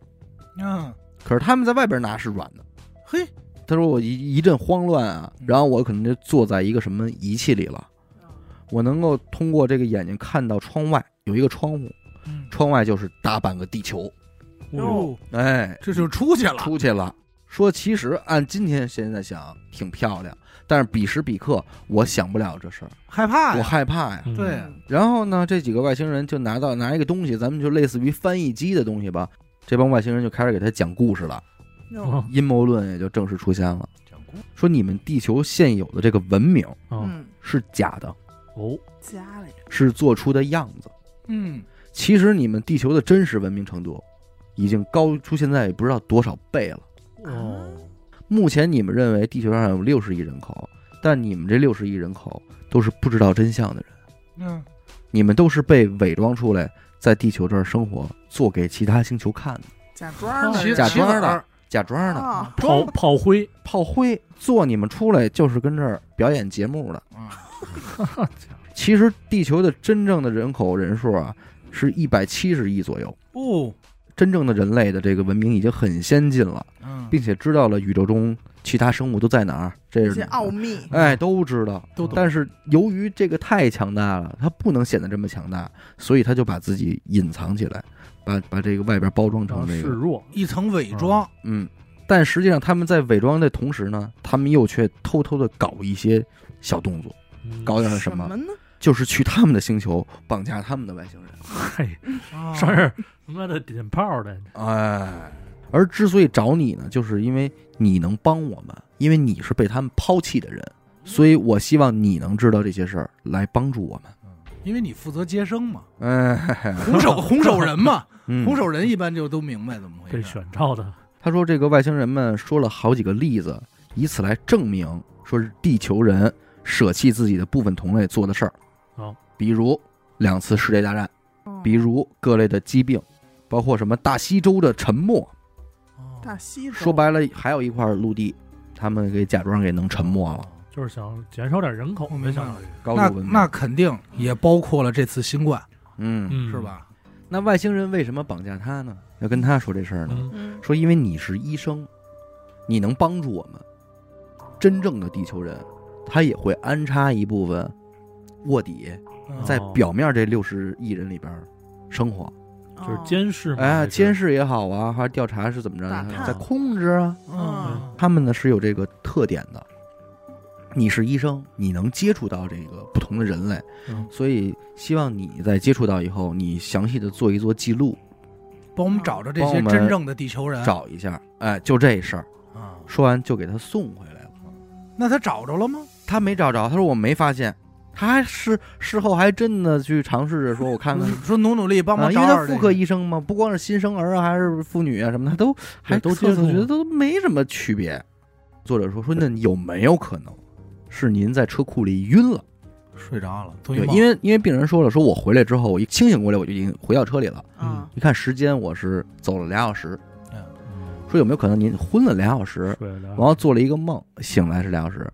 [SPEAKER 2] 嗯，
[SPEAKER 1] 可是他们在外边拿是软的。
[SPEAKER 2] 嘿，
[SPEAKER 1] 他说我一一阵慌乱啊，
[SPEAKER 2] 嗯
[SPEAKER 1] 然后我可能就坐在一个什么仪器里了，我能够通过这个眼睛看到窗外有一个窗户，
[SPEAKER 2] 嗯
[SPEAKER 1] 窗外就是大半个地球，
[SPEAKER 4] 哟，
[SPEAKER 1] 哎，
[SPEAKER 2] 这就出去了，
[SPEAKER 1] 出去了。说其实按今天现在想挺漂亮，但是彼时彼刻我想不了这事儿，
[SPEAKER 2] 害怕
[SPEAKER 1] 我
[SPEAKER 2] 呀，
[SPEAKER 1] 害怕呀。
[SPEAKER 4] 嗯
[SPEAKER 2] 对
[SPEAKER 3] 嗯
[SPEAKER 1] 然后呢，这几个外星人就拿到拿一个东西，咱们就类似于翻译机的东西吧。这帮外星人就开始给他讲故事了，
[SPEAKER 4] 嗯
[SPEAKER 3] 哟
[SPEAKER 4] 哦
[SPEAKER 1] 阴谋论也就正式出现了。
[SPEAKER 2] 讲故事
[SPEAKER 1] 说你们地球现有的这个文明
[SPEAKER 4] 啊
[SPEAKER 3] 嗯，
[SPEAKER 1] 是假的，
[SPEAKER 4] 哦，
[SPEAKER 3] 家里
[SPEAKER 1] 是做出的样子。
[SPEAKER 2] 嗯，
[SPEAKER 1] 其实你们地球的真实文明程度已经高出现在也不知道多少倍了。
[SPEAKER 2] 啊
[SPEAKER 4] 哦，
[SPEAKER 1] 目前你们认为地球上有六十亿人口，但你们这六十亿人口都是不知道真相的人，
[SPEAKER 2] 嗯，
[SPEAKER 1] 你们都是被伪装出来在地球这儿生活，做给其他星球看的，
[SPEAKER 3] 假装
[SPEAKER 2] 骑
[SPEAKER 3] 的
[SPEAKER 1] 假
[SPEAKER 2] 骑马
[SPEAKER 1] 装
[SPEAKER 2] 儿
[SPEAKER 1] 的，假装的，
[SPEAKER 3] 啊，
[SPEAKER 4] 炮炮灰，
[SPEAKER 1] 炮灰做你们出来就是跟这儿表演节目的。
[SPEAKER 2] 啊，
[SPEAKER 1] 其实地球的真正的人口人数啊，是一百七十亿左右。
[SPEAKER 2] 哦，
[SPEAKER 1] 真正的人类的这个文明已经很先进了，
[SPEAKER 2] 嗯，
[SPEAKER 1] 并且知道了宇宙中其他生物都在哪儿，这
[SPEAKER 3] 一
[SPEAKER 1] 是
[SPEAKER 3] 些奥秘，
[SPEAKER 1] 哎都知道。
[SPEAKER 2] 都
[SPEAKER 4] 嗯
[SPEAKER 2] 懂
[SPEAKER 1] 但是由于这个太强大了，它不能显得这么强大，所以它就把自己隐藏起来，把把这个外边包装
[SPEAKER 4] 然
[SPEAKER 1] 成
[SPEAKER 4] 后
[SPEAKER 1] 这
[SPEAKER 4] 啊示
[SPEAKER 1] 个，
[SPEAKER 4] 弱，
[SPEAKER 2] 一层伪装，
[SPEAKER 1] 嗯。但实际上，他们在伪装的同时呢，他们又却偷偷的搞一些小动作，
[SPEAKER 4] 嗯
[SPEAKER 1] 搞点什
[SPEAKER 3] 什
[SPEAKER 1] 么，
[SPEAKER 3] 么呢？
[SPEAKER 1] 就是去他们的星球绑架他们的外星人。
[SPEAKER 4] 嗨，
[SPEAKER 2] 啊
[SPEAKER 4] 上这儿他妈的点炮的，
[SPEAKER 1] 哎，而之所以找你呢，就是因为你能帮我们，因为你是被他们抛弃的人，所以我希望你能知道这些事儿，来帮助我们。
[SPEAKER 2] 因为你负责接生嘛，
[SPEAKER 1] 哎，嘿嘿
[SPEAKER 2] 红 手红手人嘛，
[SPEAKER 1] 嗯
[SPEAKER 2] 红手人一般就都明白怎么
[SPEAKER 4] 被
[SPEAKER 2] 回事。
[SPEAKER 4] 选召的，
[SPEAKER 1] 他说这个外星人们说了好几个例子，以此来证明说是地球人舍弃自己的部分同类做的事儿。
[SPEAKER 4] 哦，
[SPEAKER 1] 比如两次世界大战，
[SPEAKER 3] 哦
[SPEAKER 1] 比如各类的疾病，包括什么大西洲的沉没，
[SPEAKER 2] 哦
[SPEAKER 3] 大西洲
[SPEAKER 1] 说白了还有一块陆地，他们给假装给弄沉没了。
[SPEAKER 4] 就是想减少点人口
[SPEAKER 2] 我，
[SPEAKER 4] 没
[SPEAKER 2] 明白
[SPEAKER 4] 想
[SPEAKER 2] 了
[SPEAKER 4] 到，
[SPEAKER 1] 高
[SPEAKER 2] 那
[SPEAKER 1] 度文明，
[SPEAKER 2] 那肯定也包括了这次新冠，
[SPEAKER 1] 嗯，
[SPEAKER 4] 嗯，
[SPEAKER 2] 是？吧？
[SPEAKER 1] 那外星人为什么绑架他呢？要跟他说这事儿呢？
[SPEAKER 4] 嗯，
[SPEAKER 3] 嗯
[SPEAKER 1] 说因为你是医生，你能帮助我们。真正的地球人，他也会安插一部分卧底
[SPEAKER 4] 哦
[SPEAKER 2] 嗯
[SPEAKER 1] 在表面这六十亿人里边儿生活，
[SPEAKER 3] 哦
[SPEAKER 4] 就是监视嘛，
[SPEAKER 1] 哎，
[SPEAKER 4] 还是
[SPEAKER 1] 监视也好啊，还是调查是怎么着
[SPEAKER 3] 打
[SPEAKER 1] 的，
[SPEAKER 3] 探
[SPEAKER 1] 在控制啊。
[SPEAKER 2] 嗯
[SPEAKER 1] 他们呢是有这个特点的。你是医生，你能接触到这个不同的人类，
[SPEAKER 2] 嗯
[SPEAKER 1] 所以希望你在接触到以后，你详细的做一做记录，
[SPEAKER 2] 帮我们找着这
[SPEAKER 1] 帮
[SPEAKER 2] 些
[SPEAKER 1] 我们
[SPEAKER 2] 真正的地球人
[SPEAKER 1] 找一下。哎，就这事儿。
[SPEAKER 2] 啊。
[SPEAKER 1] 说完就给他送回来了。
[SPEAKER 2] 那他找着了吗？
[SPEAKER 1] 他没找着，他说我没发现。他还事事后还真的去尝试着说，我看看。
[SPEAKER 2] 说努努力帮
[SPEAKER 1] 啊，
[SPEAKER 2] 忙
[SPEAKER 1] 因
[SPEAKER 2] 找
[SPEAKER 1] 为
[SPEAKER 2] 找
[SPEAKER 1] 他
[SPEAKER 2] 这
[SPEAKER 1] 妇
[SPEAKER 2] 个
[SPEAKER 1] 科医生嘛，不光是新生儿啊，还是妇女啊什么的，他都还
[SPEAKER 4] 都
[SPEAKER 1] 测
[SPEAKER 4] 接
[SPEAKER 1] 测
[SPEAKER 4] 触
[SPEAKER 1] 觉得
[SPEAKER 4] 了
[SPEAKER 1] 都没什么区别。作者说说那有没有可能是您在车库里晕了？
[SPEAKER 2] 睡着了，
[SPEAKER 1] 对，因为因为病人说了，说我回来之后，我一清醒过来，我就已经回到车里了。
[SPEAKER 3] 嗯，
[SPEAKER 1] 一看时间，我是走了俩小时。
[SPEAKER 4] 嗯
[SPEAKER 1] 说有没有可能您昏了俩小时，
[SPEAKER 4] 睡了
[SPEAKER 1] 然后做了一个梦，醒来是俩小时？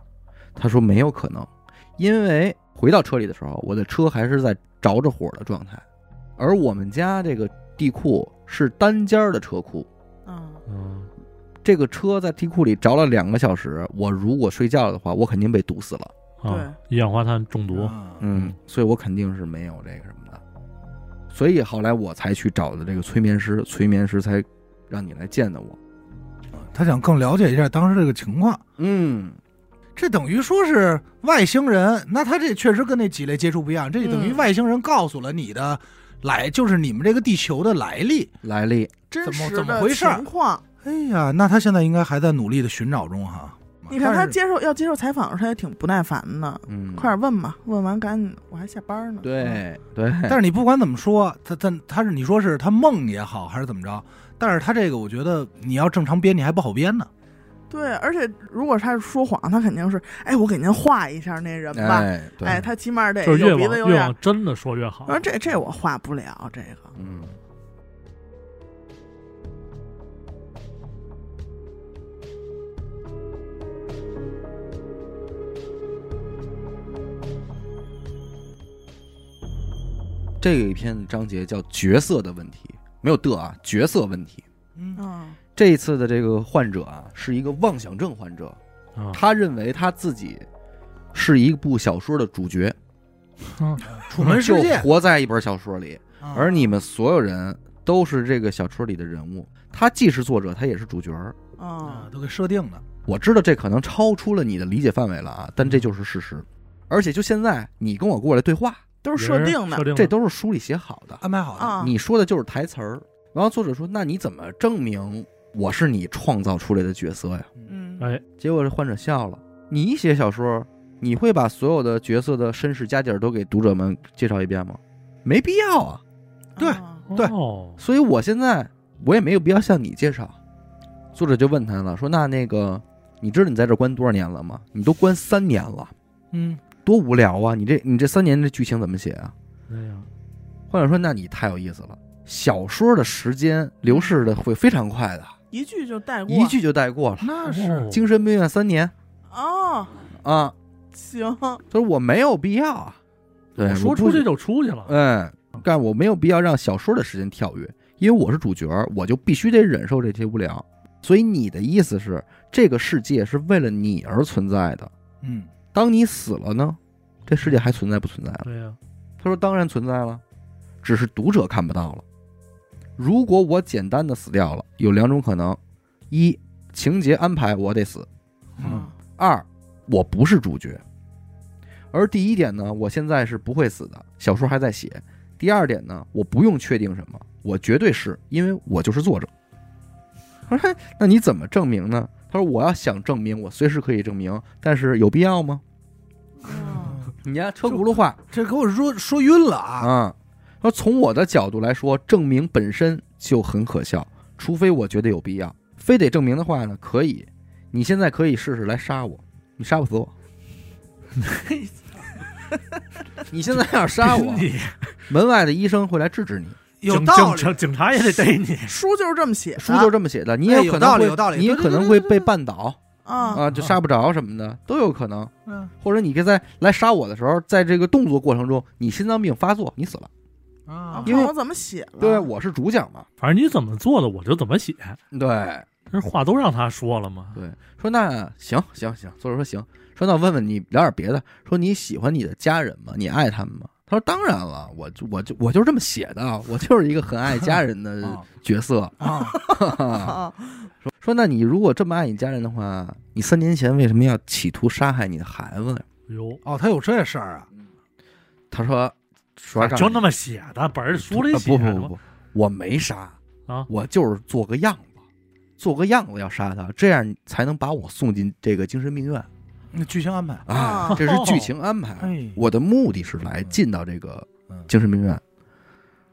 [SPEAKER 1] 他说没有可能，因为回到车里的时候，我的车还是在着着火的状态，而我们家这个地库是单间儿的车库，
[SPEAKER 3] 嗯，
[SPEAKER 4] 嗯，
[SPEAKER 1] 这个车在地库里着了两个小时，我如果睡觉的话，我肯定被堵死了。
[SPEAKER 4] 啊，一氧化碳中毒，
[SPEAKER 2] 嗯
[SPEAKER 1] 嗯，所以我肯定是没有这个什么的。所以后来我才去找的这个催眠师，催眠师才让你来见的我。
[SPEAKER 2] 他想更了解一下当时这个情况。
[SPEAKER 1] 嗯，
[SPEAKER 2] 这等于说是外星人，那他这确实跟那几类接触不一样，这等于
[SPEAKER 3] 嗯
[SPEAKER 2] 外星人告诉了你的来，就是你们这个地球的来历。
[SPEAKER 1] 来历
[SPEAKER 3] 真
[SPEAKER 2] 怎么
[SPEAKER 3] 实
[SPEAKER 2] 怎么
[SPEAKER 3] 的
[SPEAKER 2] 回事儿
[SPEAKER 3] 情况。
[SPEAKER 2] 哎呀，那他现在应该还在努力的寻找中哈。
[SPEAKER 3] 你看他
[SPEAKER 2] 但是
[SPEAKER 3] 接受要接受采访的时候，他也挺不耐烦的，
[SPEAKER 1] 嗯，
[SPEAKER 3] 快点问吧，问完赶紧，我还下班呢。嗯，
[SPEAKER 1] 对对，
[SPEAKER 2] 但是你不管怎么说，他他他是你说是他梦也好还是怎么着，但是他这个我觉得你要正常编你还不好编呢。
[SPEAKER 3] 对，而且如果他是说谎，他肯定是，哎，我给您画一下那人吧，
[SPEAKER 1] 哎对，
[SPEAKER 3] 哎，他起码得
[SPEAKER 4] 就是越
[SPEAKER 3] 有鼻子
[SPEAKER 4] 往
[SPEAKER 3] 有
[SPEAKER 4] 越
[SPEAKER 3] 眼儿
[SPEAKER 4] 往。真的说越好
[SPEAKER 3] 我。说这这我画不了这个，
[SPEAKER 1] 嗯。这一篇章节叫“角色的问题”，没有的啊，角色问题。
[SPEAKER 2] 嗯
[SPEAKER 3] 嗯
[SPEAKER 1] 这一次的这个患者啊，是一个妄想症患者，
[SPEAKER 4] 啊
[SPEAKER 1] 他认为他自己是一部小说的主角，
[SPEAKER 2] 楚门世
[SPEAKER 1] 就
[SPEAKER 2] 界，啊
[SPEAKER 1] 活在一本小说里。而你们所有人都是这个小说里的人物，他既是作者，他也是主角儿。
[SPEAKER 2] 啊
[SPEAKER 3] 嗯，
[SPEAKER 2] 都给设定的，
[SPEAKER 1] 我知道这可能超出了你的理解范围了啊，但这就是事实。而且就现在，你跟我过来对话，
[SPEAKER 3] 都是设定的
[SPEAKER 4] 设，定
[SPEAKER 1] 这都是嗯书里写好的，
[SPEAKER 2] 安排好的。
[SPEAKER 3] 啊
[SPEAKER 1] 你说的就是台词儿。然后作者说：“那你怎么证明我是你创造出来的角色呀
[SPEAKER 3] 嗯，
[SPEAKER 4] 哎？”
[SPEAKER 1] 结果这患者笑了：“你一写小说，你会把所有的角色的身世家底儿都给读者们介绍一遍吗？没必要啊。
[SPEAKER 2] 对
[SPEAKER 3] 啊
[SPEAKER 2] 对
[SPEAKER 4] 哦，
[SPEAKER 1] 所以我现在我也没有必要向你介绍。作者就问他了，说那那个，你知道你在这关多少年了吗？你都关三年了，
[SPEAKER 2] 嗯，
[SPEAKER 1] 多无聊啊！你这你这三年这剧情怎么写啊？
[SPEAKER 4] 那样
[SPEAKER 1] 患者说，那你太有意思了。小说的时间流逝的会非常快的，
[SPEAKER 3] 一句就带过，
[SPEAKER 1] 一句就带过了。
[SPEAKER 2] 那
[SPEAKER 4] 哦
[SPEAKER 2] 是
[SPEAKER 1] 精神病院三年
[SPEAKER 3] 哦，
[SPEAKER 1] 啊，
[SPEAKER 3] 行，
[SPEAKER 1] 他说我没有必要啊，对，
[SPEAKER 4] 说
[SPEAKER 1] 我
[SPEAKER 4] 出
[SPEAKER 1] 不
[SPEAKER 4] 去就出去了，
[SPEAKER 1] 嗯，但我没有必要让小说的时间跳跃，因为我是主角，我就必须得忍受这些无聊。所以你的意思是，这个世界是为了你而存在的。
[SPEAKER 2] 嗯，
[SPEAKER 1] 当你死了呢，这世界还存在不存在了？
[SPEAKER 4] 对呀，
[SPEAKER 1] 他说：“当然存在了，只是读者看不到了。如果我简单的死掉了，有两种可能：一，情节安排我得死；
[SPEAKER 3] 嗯
[SPEAKER 1] 二，我不是主角。而第一点呢，我现在是不会死的，小说还在写。第二点呢，我不用确定什么，我绝对是因为我就是作者。 他说：“那你怎么证明呢？”他说：“我要想证明，我随时可以证明，但是有必要吗？
[SPEAKER 3] 嗯
[SPEAKER 1] 你呀，车轱辘话
[SPEAKER 2] 这给我说说晕了啊！
[SPEAKER 1] 啊。”说从我的角度来说，证明本身就很可笑，除非我觉得有必要。非得证明的话呢，可以，你现在可以试试来杀我，你杀不死 我。你现在要是杀我，
[SPEAKER 4] 你
[SPEAKER 1] 门外的医生会来制止你。
[SPEAKER 2] 有
[SPEAKER 4] 警
[SPEAKER 2] 道理
[SPEAKER 4] 警，警察也得逮你，
[SPEAKER 3] 书就是这么写的，
[SPEAKER 1] 书就这么写的，你
[SPEAKER 2] 哎
[SPEAKER 1] 也
[SPEAKER 2] 有
[SPEAKER 1] 可
[SPEAKER 2] 道
[SPEAKER 1] 能
[SPEAKER 2] 理
[SPEAKER 1] 会，
[SPEAKER 2] 有道理
[SPEAKER 1] 你也
[SPEAKER 2] 对
[SPEAKER 1] 可
[SPEAKER 2] 对
[SPEAKER 1] 能
[SPEAKER 2] 对
[SPEAKER 1] 会
[SPEAKER 2] 对
[SPEAKER 1] 被绊倒
[SPEAKER 3] 啊，
[SPEAKER 1] 啊，就杀不着什么的都有可能。
[SPEAKER 2] 嗯
[SPEAKER 1] 或者你可以在来杀我的时候，在这个动作过程中，你心脏病发作，你死了。
[SPEAKER 2] 啊
[SPEAKER 1] 因为
[SPEAKER 3] 看我怎么写了，
[SPEAKER 1] 对，我是主角嘛。
[SPEAKER 4] 反正你怎么做的我就怎么写，
[SPEAKER 1] 对，
[SPEAKER 4] 这话都让他说了嘛，
[SPEAKER 1] 对，说那行行行，作者说行，说那我问问你聊点别的，说你喜欢你的家人吗？你爱他们吗？他说当然了，我就我就我就是这么写的啊，我就是一个很爱家人 的
[SPEAKER 2] 啊
[SPEAKER 1] 角色。
[SPEAKER 2] 啊！
[SPEAKER 3] 啊
[SPEAKER 1] 说那你如果这么爱你家人的话，你三年前为什么要企图杀害你的孩子呀？
[SPEAKER 4] 哟，
[SPEAKER 2] 哦，他有这事儿啊！
[SPEAKER 1] 他说，说让
[SPEAKER 4] 啊就
[SPEAKER 1] 你
[SPEAKER 4] 那么写的，本儿书里
[SPEAKER 1] 啊
[SPEAKER 4] 写
[SPEAKER 1] 不
[SPEAKER 4] 的
[SPEAKER 1] 不
[SPEAKER 4] 嘛
[SPEAKER 1] 不不，我没杀
[SPEAKER 4] 啊
[SPEAKER 1] 我就是做个样子，做个样子要杀他，这样才能把我送进这个精神病院。
[SPEAKER 2] 那剧情安排，
[SPEAKER 1] 啊
[SPEAKER 3] 啊，
[SPEAKER 1] 这是剧情安排。
[SPEAKER 2] 哎，
[SPEAKER 1] 我的目的是来进到这个
[SPEAKER 2] 嗯
[SPEAKER 1] 精神病院。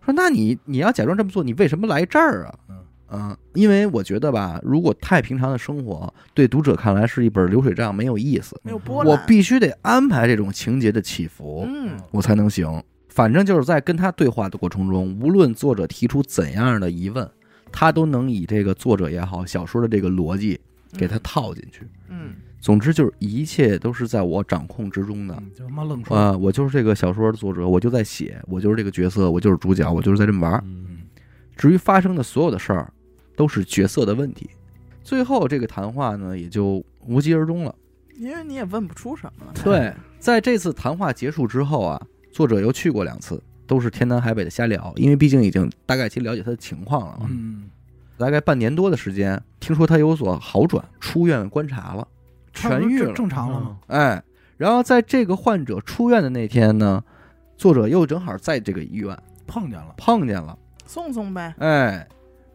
[SPEAKER 1] 说，那你你要假装这么做，你为什么来这儿啊？
[SPEAKER 2] 嗯
[SPEAKER 1] 嗯，因为我觉得吧，如果太平常的生活，对读者看来是一本流水账，没有意思。
[SPEAKER 3] 没有波
[SPEAKER 1] 我
[SPEAKER 3] 澜。
[SPEAKER 1] 必须得安排这种情节的起伏，
[SPEAKER 3] 嗯，
[SPEAKER 1] 我才能行。反正就是在跟他对话的过程中，无论作者提出怎样的疑问，他都能以这个作者也好，小说的这个逻辑给他套进去。
[SPEAKER 3] 嗯，
[SPEAKER 1] 总之就是一切都是在我掌控之中的。
[SPEAKER 2] 嗯就他妈愣说，
[SPEAKER 1] 啊、我就是这个小说的作者，我就在写，我就是这个角色，我就是主角，我就是在这么玩儿。
[SPEAKER 4] 嗯
[SPEAKER 1] 至于发生的所有的事儿，都是角色的问题。最后这个谈话呢，也就无疾而终了。
[SPEAKER 3] 嗯因为你也问不出什么了。
[SPEAKER 1] 对，在这次谈话结束之后啊，作者又去过两次，都是天南海北的瞎聊，因为毕竟已经大概其了解他的情况了嘛。
[SPEAKER 2] 嗯，
[SPEAKER 1] 大概半年多的时间，听说他有所好转，出院观察了，痊愈
[SPEAKER 2] 正
[SPEAKER 1] 了。
[SPEAKER 2] 正常了吗？
[SPEAKER 1] 哎，然后在这个患者出院的那天呢，作者又正好在这个医院
[SPEAKER 2] 碰见了，
[SPEAKER 1] 碰见了，
[SPEAKER 3] 送送呗，
[SPEAKER 1] 哎，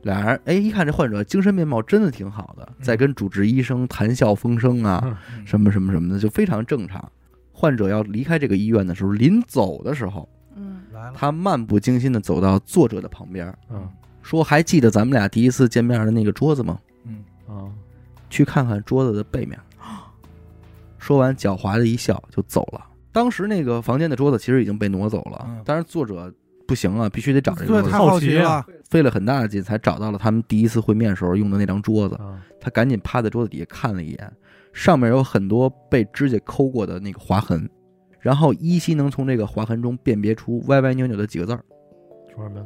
[SPEAKER 1] 俩人哎一看这患者精神面貌真的挺好的，在跟主治医生谈笑风生啊，
[SPEAKER 4] 嗯
[SPEAKER 2] 嗯
[SPEAKER 1] 什么什么什么的，就非常正常。患者要离开这个医院的时候，临走的时候，
[SPEAKER 3] 嗯，
[SPEAKER 2] 来了？
[SPEAKER 1] 他漫不经心的走到作者的旁边，
[SPEAKER 4] 嗯
[SPEAKER 1] 说：“还记得咱们俩第一次见面的那个桌子吗？
[SPEAKER 2] 嗯，
[SPEAKER 4] 啊，
[SPEAKER 1] 去看看桌子的背面。”说完，狡猾的一笑就走了。当时那个房间的桌子其实已经被挪走了
[SPEAKER 2] 嗯，
[SPEAKER 1] 但是作者不行啊，必须得找这个
[SPEAKER 2] 对，
[SPEAKER 1] 桌
[SPEAKER 2] 太
[SPEAKER 1] 子，
[SPEAKER 2] 好
[SPEAKER 4] 好奇
[SPEAKER 2] 了
[SPEAKER 4] 啊，
[SPEAKER 1] 费了很大的劲才找到了他们第一次会面时候用的那张桌子。
[SPEAKER 4] 啊
[SPEAKER 1] 他赶紧趴在桌子底下看了一眼，上面有很多被指甲抠过的那个划痕，然后依稀能从这个划痕中辨别出歪歪扭扭的几个字儿，
[SPEAKER 4] 说什么呀？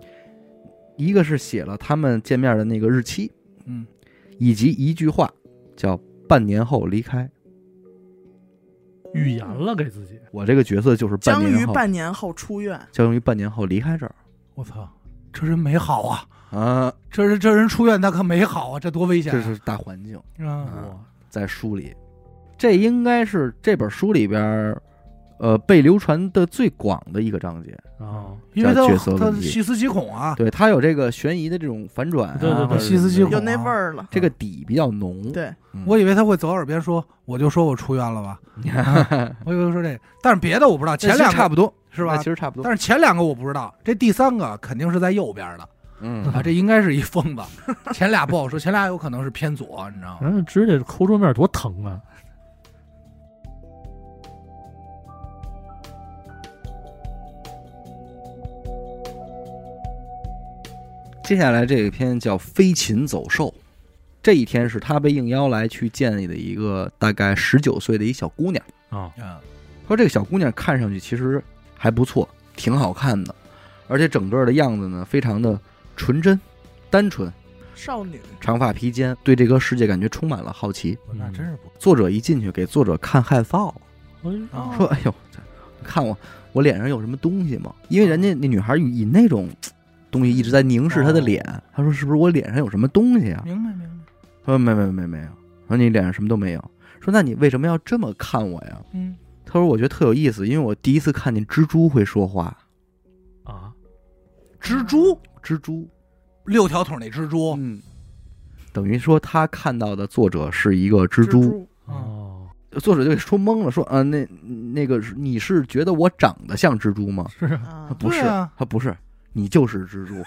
[SPEAKER 1] 一个是写了他们见面的那个日期，
[SPEAKER 2] 嗯，
[SPEAKER 1] 以及一句话叫“半年后离开
[SPEAKER 4] 预言了给自己”，
[SPEAKER 1] 我这个角色就是半
[SPEAKER 3] 将于
[SPEAKER 1] 年后，
[SPEAKER 3] 半年后出院。
[SPEAKER 1] 将于半年后离开这儿
[SPEAKER 2] 我操，这人没好啊，
[SPEAKER 1] 啊，
[SPEAKER 2] 这人这人出院他可没好啊，这多危险
[SPEAKER 1] 这
[SPEAKER 2] 啊！
[SPEAKER 1] 是大环境
[SPEAKER 2] 啊，
[SPEAKER 1] 啊，在书里，这应该是这本书里边儿，呃，被流传的最广的一个章节。
[SPEAKER 4] 啊，
[SPEAKER 2] 因为他
[SPEAKER 1] 叫角色问
[SPEAKER 2] 他
[SPEAKER 1] 题
[SPEAKER 2] 细思极恐啊，
[SPEAKER 1] 对，它有这个悬疑的这种反转、啊，
[SPEAKER 4] 对对对
[SPEAKER 1] 或者
[SPEAKER 2] 细思极恐
[SPEAKER 1] 有
[SPEAKER 3] 有那味儿了。
[SPEAKER 1] 这个底比较浓。
[SPEAKER 3] 对，
[SPEAKER 1] 嗯，
[SPEAKER 2] 我以为他会走耳边说，我就说我出院 了吧，啊我以为说这个，但是别的我不知道，前两
[SPEAKER 1] 那其实差
[SPEAKER 2] 个
[SPEAKER 1] 不多
[SPEAKER 2] 是吧
[SPEAKER 1] 那其？实差不多。
[SPEAKER 2] 但是前两个我不知道，这第三个肯定是在右边的
[SPEAKER 1] 嗯
[SPEAKER 2] 啊，这应该是一疯 子。前俩不好说，前俩有可能是偏左，你知道吗？
[SPEAKER 4] 然后指甲抠桌面多疼啊！
[SPEAKER 1] 接下来这一篇叫《飞禽走兽》，这一天是他被应邀来去见你的一个大概十九岁的一小姑娘。
[SPEAKER 4] 啊，
[SPEAKER 2] 嗯
[SPEAKER 1] 说这个小姑娘看上去其实还不错，挺好看的，而且整个的样子呢非常的纯真、单纯，
[SPEAKER 3] 少女，
[SPEAKER 1] 长发披肩，对这个世界感觉充满了好奇。
[SPEAKER 2] 那真是不
[SPEAKER 1] 作者一进去给作者看害臊了。
[SPEAKER 4] 哎
[SPEAKER 2] 啊
[SPEAKER 1] 说：“哎呦，看我我脸上有什么东西吗？”因为人家那女孩以那种嘖东西一直在凝视他的脸，他说：“是不是我脸上有什么东西啊
[SPEAKER 2] 明白明白，？”
[SPEAKER 1] 他说：“没没没没有。”说：“你脸上什么都没有。”说：“那你为什么要这么看我呀
[SPEAKER 2] 嗯，？”
[SPEAKER 1] 他说：“我觉得特有意思，因为我第一次看见蜘蛛会说话。
[SPEAKER 4] 啊，
[SPEAKER 2] 蜘蛛
[SPEAKER 1] 蜘蛛，
[SPEAKER 2] 六条腿那蜘蛛，
[SPEAKER 1] 嗯，等于说他看到的作者是一个蜘
[SPEAKER 3] 蜘
[SPEAKER 1] 蛛，
[SPEAKER 3] 蛛，
[SPEAKER 2] 嗯
[SPEAKER 4] 哦，
[SPEAKER 1] 作者就给说懵了，说：‘啊、那那个是你是觉得我长得像蜘蛛吗？’
[SPEAKER 4] 是啊
[SPEAKER 3] 啊
[SPEAKER 1] 他，不
[SPEAKER 2] 对
[SPEAKER 1] 是，
[SPEAKER 2] 啊
[SPEAKER 1] 他不是，你就是蜘蛛。”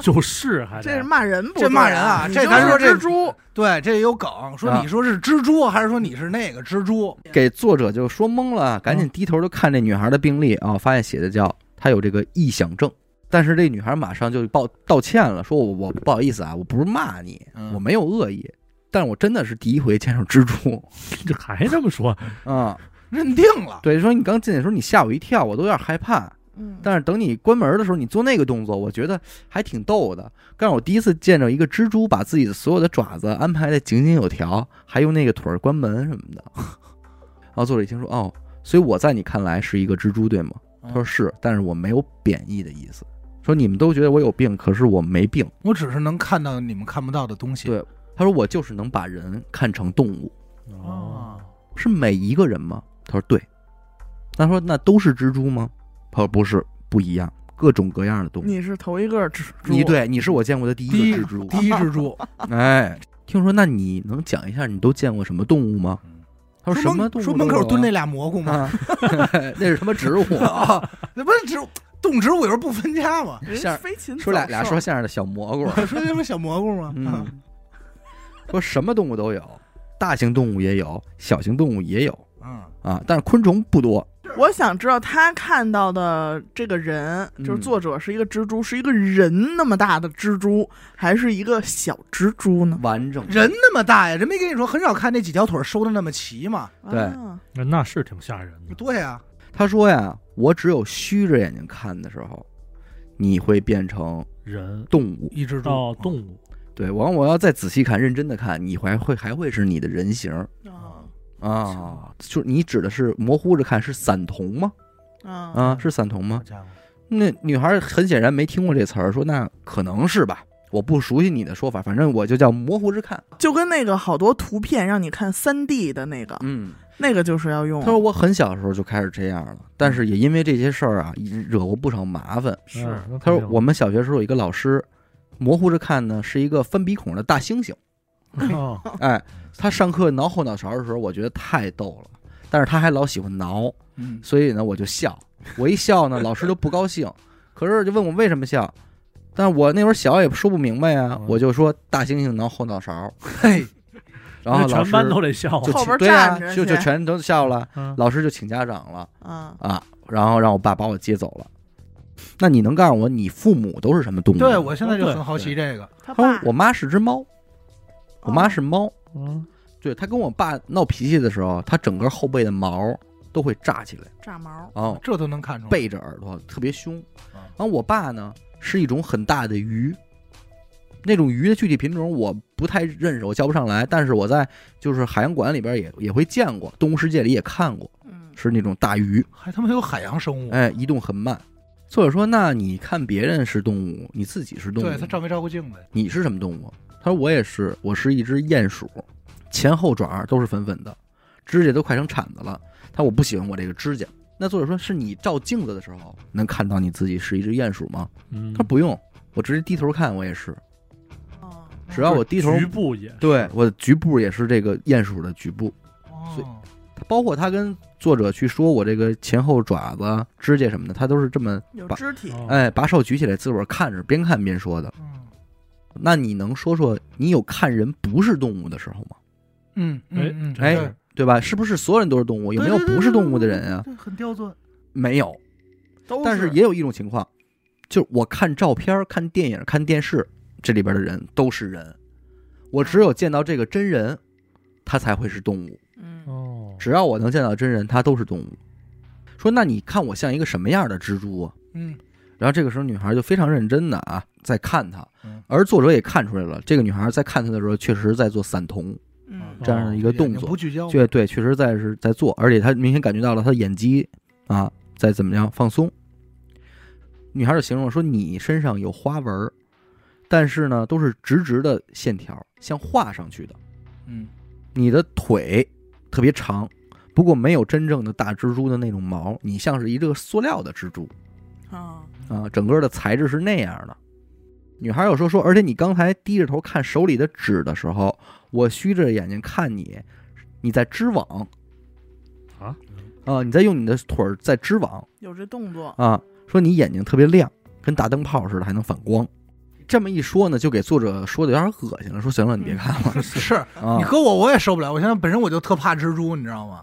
[SPEAKER 4] 就是啊还
[SPEAKER 3] 这
[SPEAKER 4] 得
[SPEAKER 3] 是骂人不对？
[SPEAKER 2] 这骂人啊
[SPEAKER 3] 你
[SPEAKER 2] 这
[SPEAKER 3] 就
[SPEAKER 2] 咱
[SPEAKER 3] 是
[SPEAKER 2] 说这
[SPEAKER 3] 蜘蛛，
[SPEAKER 2] 对，这也有梗，说
[SPEAKER 1] 啊
[SPEAKER 2] 你说是蜘蛛还是说你是那个蜘蛛？
[SPEAKER 1] 给作者就说懵了，赶紧低头就看这女孩的病历啊，发现写的叫她有这个臆想症。但是这女孩马上就报道歉了，说我我不好意思啊，我不是骂你
[SPEAKER 2] 嗯，
[SPEAKER 1] 我没有恶意，但我真的是第一回见着蜘蛛
[SPEAKER 4] 这还这么说，
[SPEAKER 1] 啊、
[SPEAKER 2] 认定了，
[SPEAKER 1] 对，说你刚进去的时候你吓我一跳，我都有点害怕。
[SPEAKER 3] 嗯，
[SPEAKER 1] 但是等你关门的时候，你做那个动作，我觉得还挺逗的。但是我第一次见着一个蜘蛛把自己的所有的爪子安排的井井有条，还用那个腿儿关门什么的。 然后作者一听说，哦，所以我在你看来是一个蜘蛛，对吗？他
[SPEAKER 2] 嗯
[SPEAKER 1] 说是，但是我没有贬义的意思。说你们都觉得我有病，可是我没病。
[SPEAKER 2] 我只是能看到你们看不到的东西。
[SPEAKER 1] 对他说我就是能把人看成动物，
[SPEAKER 4] 哦，
[SPEAKER 1] 是每一个人吗？他说对。他说那都是蜘蛛吗？他说不是，不一样，各种各样的动物。
[SPEAKER 3] 你是头一个蜘蛛，
[SPEAKER 1] 你对，你是我见过的第一
[SPEAKER 2] 第一
[SPEAKER 1] 个蜘蛛。
[SPEAKER 2] 第一蜘蛛，
[SPEAKER 1] 哎，听说那你能讲一下你都见过什么动物吗？
[SPEAKER 2] 嗯
[SPEAKER 1] 他他说什么
[SPEAKER 2] 门
[SPEAKER 1] 动物
[SPEAKER 2] 说
[SPEAKER 1] 都
[SPEAKER 2] 门口
[SPEAKER 1] 有
[SPEAKER 2] 蹲
[SPEAKER 1] 啊
[SPEAKER 2] 那俩蘑菇吗？
[SPEAKER 1] 啊，那是什么植物？
[SPEAKER 2] 啊，那不是植物动植物有时候不分 家吗？
[SPEAKER 3] 人
[SPEAKER 1] 像
[SPEAKER 3] 飞禽
[SPEAKER 1] 说俩
[SPEAKER 3] 走
[SPEAKER 1] 俩
[SPEAKER 3] 兽
[SPEAKER 1] 说相声的小蘑 菇，
[SPEAKER 2] 我说那不是小蘑菇吗？啊
[SPEAKER 1] 嗯，说什么动物都有，大型动物也有，小型动物也有
[SPEAKER 2] 嗯，
[SPEAKER 1] 啊，但是昆虫不多。
[SPEAKER 3] 我想知道他看到的这个人，就是
[SPEAKER 1] 嗯
[SPEAKER 3] 作者是一个蜘蛛，是一个人那么大的蜘蛛，还是一个小蜘蛛呢？
[SPEAKER 1] 完整
[SPEAKER 2] 人那么大呀，人没跟你说很少看那几条腿收的那么齐吗？
[SPEAKER 1] 对
[SPEAKER 3] 啊
[SPEAKER 4] 那那是挺吓人的。
[SPEAKER 2] 对呀，
[SPEAKER 1] 他说呀，我只有虚着眼睛看的时候，你会变成
[SPEAKER 4] 人
[SPEAKER 1] 哦动物。
[SPEAKER 2] 一只哦
[SPEAKER 4] 到动物，
[SPEAKER 1] 对，完我要再仔细看、认真的看，你还会还会是你的人形儿
[SPEAKER 3] 啊
[SPEAKER 1] 啊？就是你指的是模糊着看是散瞳吗？
[SPEAKER 3] 啊！
[SPEAKER 1] 啊，是散瞳吗
[SPEAKER 2] 好？家伙，
[SPEAKER 1] 那女孩很显然没听过这词儿，说那可能是吧，我不熟悉你的说法，反正我就叫模糊之看。
[SPEAKER 3] 就跟那个好多图片让你看三 D 的那个，
[SPEAKER 1] 嗯，
[SPEAKER 3] 那个就是要用
[SPEAKER 1] 她说我很小的时候就开始这样了，但是也因为这些事儿啊，惹过不少麻烦。
[SPEAKER 4] 是
[SPEAKER 1] 她说我们小学时候有一个老师，模糊着看呢是一个翻鼻孔的大猩猩，
[SPEAKER 4] 啊，
[SPEAKER 1] 哎，他上课挠后脑勺的时候，我觉得太逗了，但是他还老喜欢挠，
[SPEAKER 2] 嗯，
[SPEAKER 1] 所以呢我就笑，我一笑呢老师就不高兴，可是就问我为什么笑。但我那会儿小也说不明白啊
[SPEAKER 4] 嗯，
[SPEAKER 1] 我就说大猩猩挠后脑 勺，
[SPEAKER 2] 嘿，
[SPEAKER 1] 然后
[SPEAKER 4] 那
[SPEAKER 1] 老
[SPEAKER 4] 全
[SPEAKER 1] 师
[SPEAKER 4] 班都得笑
[SPEAKER 1] 就
[SPEAKER 3] 后
[SPEAKER 1] 请
[SPEAKER 3] 边
[SPEAKER 1] 对啊
[SPEAKER 3] 站着，
[SPEAKER 1] 就就
[SPEAKER 3] 去
[SPEAKER 1] 全都笑了，
[SPEAKER 4] 啊。
[SPEAKER 1] 老师就请家长了
[SPEAKER 3] 啊，
[SPEAKER 1] 啊，然后让我爸把我接走了。那你能告诉我你父母都是什么动物？
[SPEAKER 2] 对我现在就
[SPEAKER 4] 对
[SPEAKER 2] 很好奇这个，
[SPEAKER 3] 他
[SPEAKER 1] 他
[SPEAKER 3] 爸哦
[SPEAKER 1] 说我妈是只猫，我妈是猫。
[SPEAKER 4] 嗯
[SPEAKER 1] 对他跟我爸闹脾气的时候，他整个后背的毛都会炸起来，
[SPEAKER 3] 哦炸毛，
[SPEAKER 1] 哦，
[SPEAKER 2] 这都能看出来，
[SPEAKER 1] 背着耳朵特别凶。
[SPEAKER 2] 啊
[SPEAKER 1] 然后我爸呢是一种很大的鱼，那种鱼的具体品种我不太认识，我叫不上来，但是我在就是海洋馆里边也也会见过，动物世界里也看过，
[SPEAKER 3] 嗯，
[SPEAKER 1] 是那种大鱼。
[SPEAKER 2] 还他妈有海洋生物，
[SPEAKER 1] 哎，移动很慢。作者说：“那你看别人是动物，你自己是动物
[SPEAKER 2] 对，他照没照过镜子？
[SPEAKER 1] 你是什么动物？”他说：“我也是，我是一只鼹鼠，前后爪儿都是粉粉的，指甲都快成铲子了。他说我不喜欢我这个指甲。”那作者说：“是你照镜子的时候能看到你自己是一只鼹鼠吗？”
[SPEAKER 4] 嗯，
[SPEAKER 1] 他说：“不用，我直接低头看，我也是，
[SPEAKER 3] 哦
[SPEAKER 1] 只要我低头，
[SPEAKER 4] 局部也是
[SPEAKER 1] 对我的局部也是这个鼹鼠的局部。”所
[SPEAKER 2] 哦，
[SPEAKER 1] 包括他跟作者去说我这个前后爪子、指甲什么的，他都是这么
[SPEAKER 3] 嗯有
[SPEAKER 1] 把
[SPEAKER 3] 肢体，
[SPEAKER 4] 哦
[SPEAKER 1] 哎，把手举起来，自个儿看着，边看边说的。
[SPEAKER 2] 嗯
[SPEAKER 1] 那你能说说你有看人不是动物的时候吗？
[SPEAKER 2] 嗯嗯嗯，
[SPEAKER 4] 哎
[SPEAKER 2] 对
[SPEAKER 1] 哎，对吧？是不是所有人都是动物？有没有不是动物的人啊？
[SPEAKER 2] 对，很刁钻，
[SPEAKER 1] 没有，
[SPEAKER 3] 都
[SPEAKER 1] 但
[SPEAKER 3] 是
[SPEAKER 1] 是也有一种情况，就是我看照片儿、看电影、看电视，这里边的人都是人，我只有见到这个真人，他才会是动物。
[SPEAKER 3] 嗯
[SPEAKER 4] 哦，
[SPEAKER 1] 只要我能见到真人，他都是动物。说，那你看我像一个什么样的蜘蛛啊？
[SPEAKER 2] 嗯
[SPEAKER 1] 然后这个时候，女孩就非常认真的啊，在看他
[SPEAKER 2] 嗯，
[SPEAKER 1] 而作者也看出来了，这个女孩在看他的时候，确实在做散瞳
[SPEAKER 3] 嗯
[SPEAKER 1] 这样的一个动
[SPEAKER 2] 眼睛
[SPEAKER 1] 作
[SPEAKER 2] 不，聚焦，
[SPEAKER 1] 对对，确实在是在做，而且她明显感觉到了她的眼肌啊在怎么样放松。女孩就形容说：“你身上有花纹儿，但是呢都是直直的线条，像画上去的。
[SPEAKER 2] 嗯
[SPEAKER 1] 你的腿特别长，不过没有真正的大蜘蛛的那种毛，你像是一个塑料的蜘蛛。”
[SPEAKER 3] 啊，
[SPEAKER 1] 啊，整个的材质是那样的。女孩又说说，而且你刚才低着头看手里的纸的时候，我虚着眼睛看你，你在织网
[SPEAKER 4] 啊
[SPEAKER 1] 啊，你在用你的腿儿在织网
[SPEAKER 3] 有这动作，
[SPEAKER 1] 啊，说你眼睛特别亮，跟大灯泡似的，还能反光。这么一说呢，就给作者说的有点恶心了，说行了，你别看了
[SPEAKER 2] 是
[SPEAKER 1] 啊
[SPEAKER 3] 嗯
[SPEAKER 2] 你。搁我我也受不了，我现在本身我就特怕蜘蛛，你知道吗？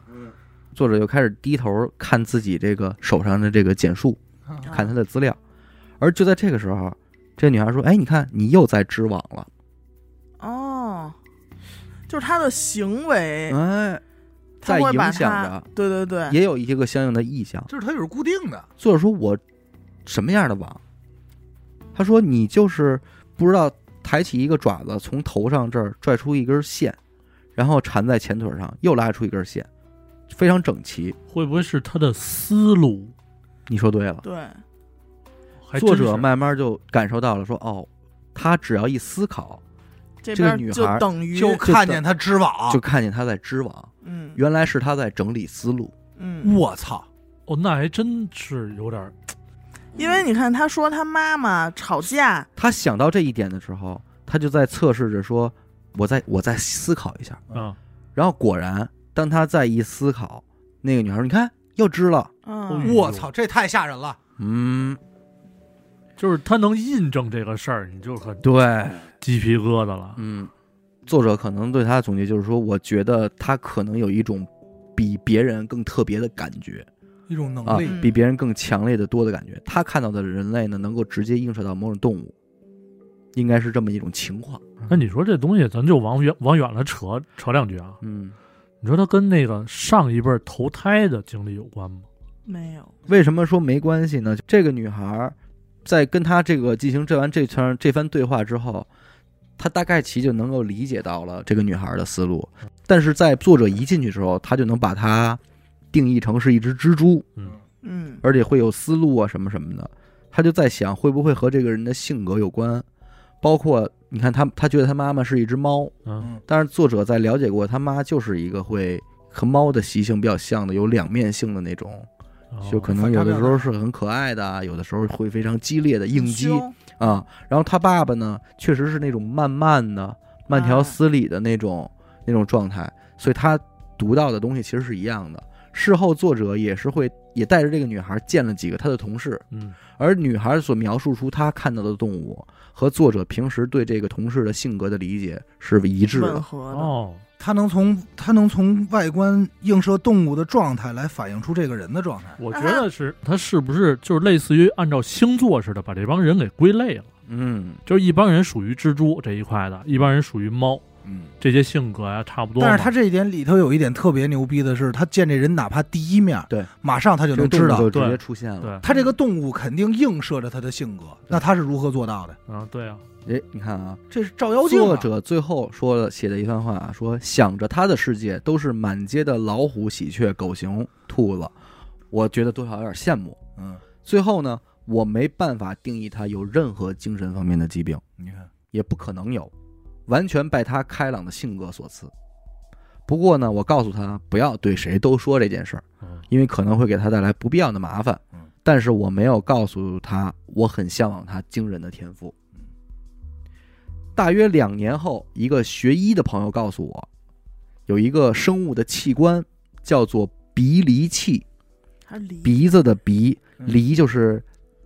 [SPEAKER 1] 作者就开始低头看自己这个手上的这个简述，
[SPEAKER 2] 嗯
[SPEAKER 1] 看他的资料。而就在这个时候，这女孩说：“哎，你看，你又在织网了。
[SPEAKER 3] 哦，就是他的行”为，
[SPEAKER 1] 哎，
[SPEAKER 3] 他
[SPEAKER 1] 在
[SPEAKER 3] 会把
[SPEAKER 1] 影响
[SPEAKER 3] 它
[SPEAKER 1] 着
[SPEAKER 3] 对对对，
[SPEAKER 1] 也有一些个相应的意向。
[SPEAKER 2] 就是它有固定的，
[SPEAKER 1] 作者说我什么样的网？他说你就是不知道抬起一个爪子，从头上这儿拽出一根线，然后缠在前腿上，又拉出一根线，非常整齐。
[SPEAKER 4] 会不会是他的思路？
[SPEAKER 1] 你说对了，
[SPEAKER 3] 对，
[SPEAKER 4] 还真
[SPEAKER 1] 作
[SPEAKER 4] 是
[SPEAKER 1] 者慢慢就感受到了说，哦，他只要一思考，
[SPEAKER 3] 这
[SPEAKER 1] 这个
[SPEAKER 3] 边
[SPEAKER 1] 女
[SPEAKER 3] 就
[SPEAKER 1] 孩儿
[SPEAKER 3] 等于
[SPEAKER 2] 就看见它织网
[SPEAKER 1] 就，看见他在织网，
[SPEAKER 3] 嗯
[SPEAKER 1] 原来是他在整理思路。
[SPEAKER 3] 嗯，
[SPEAKER 2] 我操，
[SPEAKER 4] 哦，那还真是有点儿
[SPEAKER 3] 因为你看他说他妈妈吵架，
[SPEAKER 1] 他想到这一点的时候，他就在测试着说，我再我再思考一下。
[SPEAKER 4] 啊，
[SPEAKER 1] 然后果然当他再一思考，那个女孩说：“你看，又知了。
[SPEAKER 3] 嗯，
[SPEAKER 2] 我操，这太吓人了！”
[SPEAKER 1] 嗯，
[SPEAKER 4] 就是他能印证这个事儿，你就很
[SPEAKER 1] 对，
[SPEAKER 4] 鸡皮疙瘩了。
[SPEAKER 1] 嗯，作者可能对他的总结就是说，我觉得他可能有一种比别人更特别的感觉
[SPEAKER 2] 一种能
[SPEAKER 1] 啊
[SPEAKER 2] 力，
[SPEAKER 3] 嗯，
[SPEAKER 1] 比别人更强烈的多的感觉。他看到的人类呢，能够直接映射到某种动物，应该是这么一种情况。
[SPEAKER 4] 那你说这东西，咱就往远往远了扯扯两句啊。
[SPEAKER 1] 嗯，
[SPEAKER 4] 你说他跟那个上一辈儿投胎的经历有关吗？啊
[SPEAKER 3] 没有，
[SPEAKER 1] 为什么说没关系呢？这个女孩儿在跟他这个进行这完这圈这番对话之后，他大概其就能够理解到了这个女孩儿的思路。但是在作者一进去之后，他就能把它定义成是一只蜘蛛，
[SPEAKER 3] 嗯，
[SPEAKER 1] 而且会有思路啊什么什么的。他就在想，会不会和这个人的性格有关？包括你看他，他觉得他妈妈是一只猫，
[SPEAKER 4] 嗯，
[SPEAKER 2] 嗯，
[SPEAKER 1] 但是作者在了解过，他妈就是一个会和猫的习性比较像的，有两面性的那种。
[SPEAKER 4] 哦
[SPEAKER 1] 就可能有的时候是很可爱的啊，有的时候会非常激烈的应激
[SPEAKER 3] 凶
[SPEAKER 1] 啊。然后他爸爸呢，确实是那种慢慢的、慢条斯理的那种、那种状态，所以他读到的东西其实是一样的。事后作者也是会也带着这个女孩见了几个她的同事，
[SPEAKER 4] 嗯，
[SPEAKER 1] 而女孩所描述出她看到的动物和作者平时对这个同事的性格的理解是一致
[SPEAKER 3] 吻
[SPEAKER 1] 的。
[SPEAKER 3] 合的，
[SPEAKER 4] 哦，
[SPEAKER 2] 他能从他能从外观映射动物的状态来反映出这个人的状态。
[SPEAKER 3] 啊
[SPEAKER 4] 我觉得是他是不是就是类似于按照星座似的，把这帮人给归类了？
[SPEAKER 1] 嗯
[SPEAKER 4] 就是一帮人属于蜘蛛这一块的，一帮人属于猫，
[SPEAKER 1] 嗯，
[SPEAKER 4] 这些性格呀、差不多嘛。
[SPEAKER 2] 但是他这一点里头有一点特别牛逼的是，他见这人哪怕第一面，
[SPEAKER 1] 对，
[SPEAKER 2] 马上他就能
[SPEAKER 1] 这动
[SPEAKER 2] 知
[SPEAKER 1] 物
[SPEAKER 2] 道
[SPEAKER 1] 就直接
[SPEAKER 4] 对
[SPEAKER 1] 出现了。
[SPEAKER 4] 对，
[SPEAKER 2] 他这个动物肯定映射着他的性格。那他是如何做到的？
[SPEAKER 4] 啊，对啊，
[SPEAKER 1] 哎，你看啊，
[SPEAKER 2] 这是照妖镜啊。
[SPEAKER 1] 作者最后说了写的一番话啊，说想着他的世界都是满街的老虎、喜鹊、狗熊、兔子，我觉得多少有点羡慕。
[SPEAKER 2] 嗯，
[SPEAKER 1] 最后呢，我没办法定义他有任何精神方面的疾病，
[SPEAKER 2] 你看，
[SPEAKER 1] 也不可能有，完全拜他开朗的性格所赐。不过呢，我告诉他不要对谁都说这件事儿，
[SPEAKER 4] 嗯，
[SPEAKER 1] 因为可能会给他带来不必要的麻烦
[SPEAKER 2] 嗯。
[SPEAKER 1] 但是我没有告诉他，我很向往他惊人的天赋
[SPEAKER 2] 嗯。
[SPEAKER 1] 大约两年后，一个学医的朋友告诉我，有一个生物的器官叫做鼻离器，
[SPEAKER 3] 他离
[SPEAKER 1] 鼻子的鼻，
[SPEAKER 2] 嗯
[SPEAKER 1] 离就是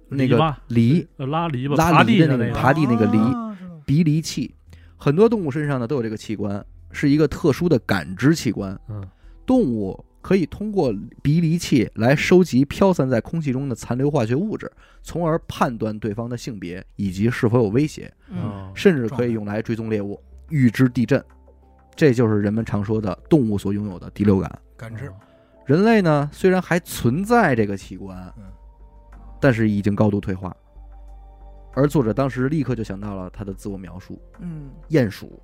[SPEAKER 1] 那
[SPEAKER 4] 篱
[SPEAKER 1] 个
[SPEAKER 4] 笆
[SPEAKER 1] 离，
[SPEAKER 4] 呃拉篱笆、
[SPEAKER 1] 拉
[SPEAKER 4] 爬
[SPEAKER 1] 篱
[SPEAKER 4] 地
[SPEAKER 1] 的
[SPEAKER 4] 的
[SPEAKER 1] 那
[SPEAKER 4] 个
[SPEAKER 1] 种爬地那个梨
[SPEAKER 2] 啊知道了
[SPEAKER 1] 鼻离器。很多动物身上呢都有这个器官，是一个特殊的感知器官。
[SPEAKER 4] 嗯，
[SPEAKER 1] 动物可以通过鼻离器来收集飘散在空气中的残留化学物质，从而判断对方的性别以及是否有威胁，
[SPEAKER 3] 嗯
[SPEAKER 4] 哦
[SPEAKER 1] 甚至可以用来追踪猎物、预知地震。这就是人们常说的动物所拥有的第六感。
[SPEAKER 2] 感知，
[SPEAKER 1] 人类呢，虽然还存在这个器官
[SPEAKER 2] 嗯，
[SPEAKER 1] 但是已经高度退化。而作者当时立刻就想到了他的自我描述：
[SPEAKER 3] 嗯
[SPEAKER 1] 鼹鼠，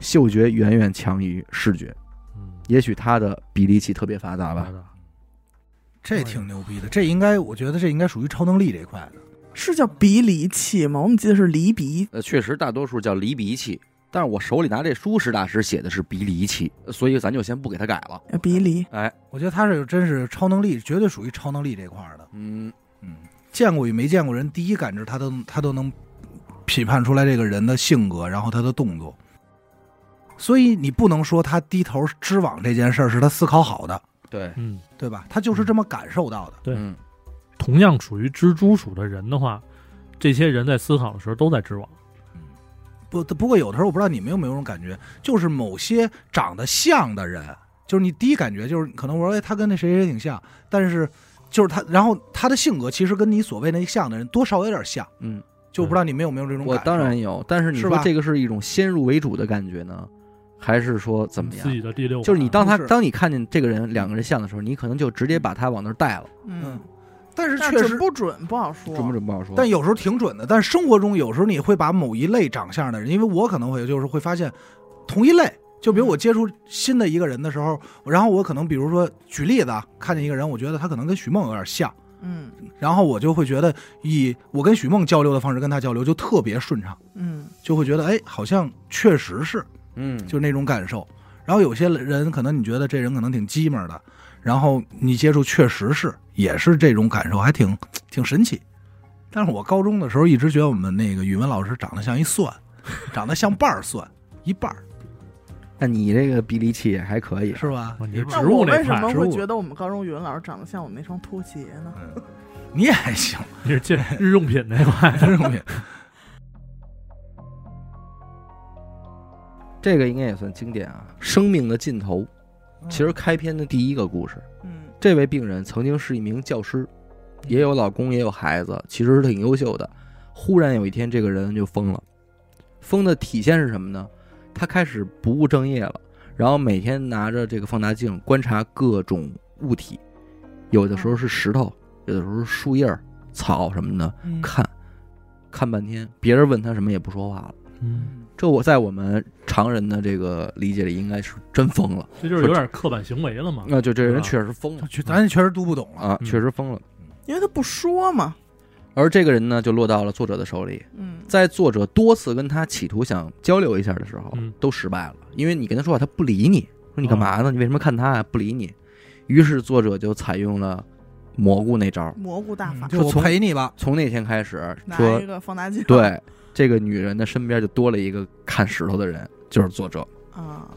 [SPEAKER 1] 嗅觉远远强于视觉。
[SPEAKER 4] 嗯，
[SPEAKER 1] 也许它的比例器特别发达
[SPEAKER 4] 好
[SPEAKER 1] 吧。
[SPEAKER 4] 吧，
[SPEAKER 2] 这挺牛逼的。这应该，我觉得这应该属于超能力这一块的。
[SPEAKER 3] 是叫鼻离器吗？我们记得是离鼻，
[SPEAKER 1] 呃，确实大多数叫离鼻器，但是我手里拿这书实打实写的是鼻离器，呃所以咱就先不给它改了。
[SPEAKER 3] 呃鼻离，
[SPEAKER 2] 我觉得他是真是超能力，绝对属于超能力这块的。
[SPEAKER 1] 嗯，
[SPEAKER 2] 嗯，见过与没见过人，第一感知他都他都能批判出来这个人的性格，然后他的动作。所以你不能说他低头织网这件事儿是他思考好的，
[SPEAKER 1] 对，
[SPEAKER 4] 嗯，
[SPEAKER 2] 对吧？他就是这么感受到的。
[SPEAKER 4] 对
[SPEAKER 1] 嗯，
[SPEAKER 4] 同样属于蜘蛛属的人的话，这些人在思考的时候都在织网。
[SPEAKER 2] 不不过有的时候我不知道你们有没有这种感觉，就是某些长得像的人，就是你第一感觉就是可能我说哎他跟那谁谁挺像，但是就是他，然后他的性格其实跟你所谓那像的人多少有点像，
[SPEAKER 1] 嗯，
[SPEAKER 2] 就我不知道你们有没有这种感
[SPEAKER 1] 我
[SPEAKER 2] 受。
[SPEAKER 1] 当然有，但是你
[SPEAKER 2] 是
[SPEAKER 1] 说
[SPEAKER 2] 吧
[SPEAKER 1] 这个是一种先入为主的感觉呢，还是说怎么
[SPEAKER 4] 嗯自己
[SPEAKER 1] 样？
[SPEAKER 4] 的第六感，
[SPEAKER 1] 就是你嗯当他
[SPEAKER 2] 不是
[SPEAKER 1] 当你看见这个人两个人像的时候，你可能就直接把他往那儿带了，
[SPEAKER 2] 嗯
[SPEAKER 3] 嗯，，
[SPEAKER 2] 但是
[SPEAKER 3] 但
[SPEAKER 2] 确
[SPEAKER 3] 准
[SPEAKER 2] 实，
[SPEAKER 3] 不准不好说，
[SPEAKER 1] 准不准不好说。
[SPEAKER 2] 但有时候挺准的。但生活中有时候你会把某一类长相的人，因为我可能会就是会发现同一类，就比如我接触新的一个人的时候，然后我可能比如说举例子啊，看见一个人，我觉得他可能跟许梦有点像，
[SPEAKER 3] 嗯
[SPEAKER 2] 然后我就会觉得以我跟许梦交流的方式跟他交流就特别顺畅，
[SPEAKER 3] 嗯
[SPEAKER 2] 就会觉得哎，好像确实是，
[SPEAKER 1] 嗯，
[SPEAKER 2] 就是那种感受。然后有些人可能你觉得这人可能挺机门的，然后你接触确实是也是这种感受，还挺挺神奇。但是我高中的时候一直觉 得我们那个语文老师长得像一蒜，长得像瓣儿蒜，一瓣儿。
[SPEAKER 1] 那你这个比力气也还可以，
[SPEAKER 2] 是吧？
[SPEAKER 4] 啊你
[SPEAKER 3] 那
[SPEAKER 4] 植
[SPEAKER 2] 植
[SPEAKER 4] 物
[SPEAKER 2] 物
[SPEAKER 3] 我
[SPEAKER 4] 那块
[SPEAKER 2] 那
[SPEAKER 3] 为什么
[SPEAKER 2] 植
[SPEAKER 3] 会
[SPEAKER 2] 物
[SPEAKER 3] 觉得我们高中语文老师长得像我们那双拖鞋呢？
[SPEAKER 2] 你也还行，
[SPEAKER 4] 你是见日用品那块 儿，
[SPEAKER 2] 这种也
[SPEAKER 1] 这个应该也算经典啊。生命的尽头，其实开篇的第一个故事，
[SPEAKER 3] 嗯
[SPEAKER 1] 这位病人曾经是一名教师，也有老公，也有孩子，其实是挺优秀的。忽然有一天，这个人就疯了。疯的体现是什么呢？他开始不务正业了，然后每天拿着这个放大镜观察各种物体，有的时候是石头，有的时候是树叶儿、草什么的，
[SPEAKER 2] 嗯
[SPEAKER 1] 看，看半天。别人问他什么也不说话了。
[SPEAKER 4] 嗯，
[SPEAKER 1] 这我在我们常人的这个理解里，应该是真疯了。
[SPEAKER 4] 这就是有点刻板行为了嘛。
[SPEAKER 1] 那就这人
[SPEAKER 4] 啊
[SPEAKER 1] 确实疯了
[SPEAKER 2] 就咱确实读不懂了。
[SPEAKER 1] 啊，
[SPEAKER 4] 嗯
[SPEAKER 1] 确实疯了。
[SPEAKER 3] 因为他不说嘛。
[SPEAKER 1] 而这个人呢，就落到了作者的手里。
[SPEAKER 3] 嗯，
[SPEAKER 1] 在作者多次跟他企图想交流一下的时候
[SPEAKER 4] 嗯，
[SPEAKER 1] 都失败了，因为你跟他说话，他不理你，说你干嘛呢？你为什么看他呀？不理你。于是作者就采用了蘑菇那招，
[SPEAKER 3] 蘑菇大法，
[SPEAKER 2] 嗯就我
[SPEAKER 1] 从
[SPEAKER 2] 陪你吧，
[SPEAKER 1] 从那天开始嗯
[SPEAKER 3] 拿
[SPEAKER 1] 说
[SPEAKER 3] 一，个放大镜。
[SPEAKER 1] 对这个女人的身边就多了一个看石头的人，就是作者。
[SPEAKER 3] 啊，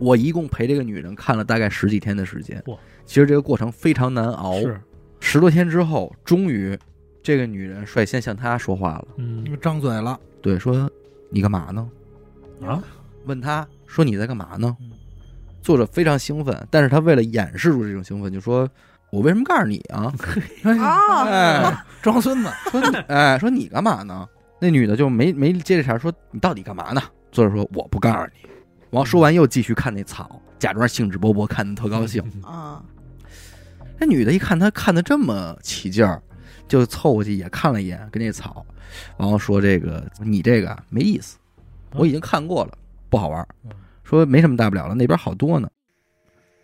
[SPEAKER 1] 我一共陪这个女人看了大概十几天的时间
[SPEAKER 4] 嚯，
[SPEAKER 1] 其实这个过程非常难熬。
[SPEAKER 4] 是，
[SPEAKER 1] 十多天之后，终于这个女人率先向他说话了，
[SPEAKER 4] 嗯
[SPEAKER 2] 张嘴了，
[SPEAKER 1] 对，说你干嘛呢？
[SPEAKER 4] 啊，
[SPEAKER 1] 问他说你在干嘛呢
[SPEAKER 2] 嗯？
[SPEAKER 1] 作者非常兴奋，但是他为了掩饰住这种兴奋，就说：“我为什么告诉你啊？
[SPEAKER 3] 啊
[SPEAKER 1] 哎，
[SPEAKER 2] 装孙子，
[SPEAKER 1] 说你哎，说你干嘛呢？”那女的就没没接这茬，说：“你到底干嘛呢？”作者说：“我不告诉你。”完说完又继续看那草，假装兴致勃勃，看的特高兴。
[SPEAKER 4] 嗯
[SPEAKER 3] 啊，
[SPEAKER 1] 那女的一看他看的这么起劲儿，就凑过去也看了一眼，跟那草，然后说：“这个你这个啊没意思，我已经看过了，不好玩儿
[SPEAKER 2] 嗯。”
[SPEAKER 1] 说没什么大不了了，那边好多呢。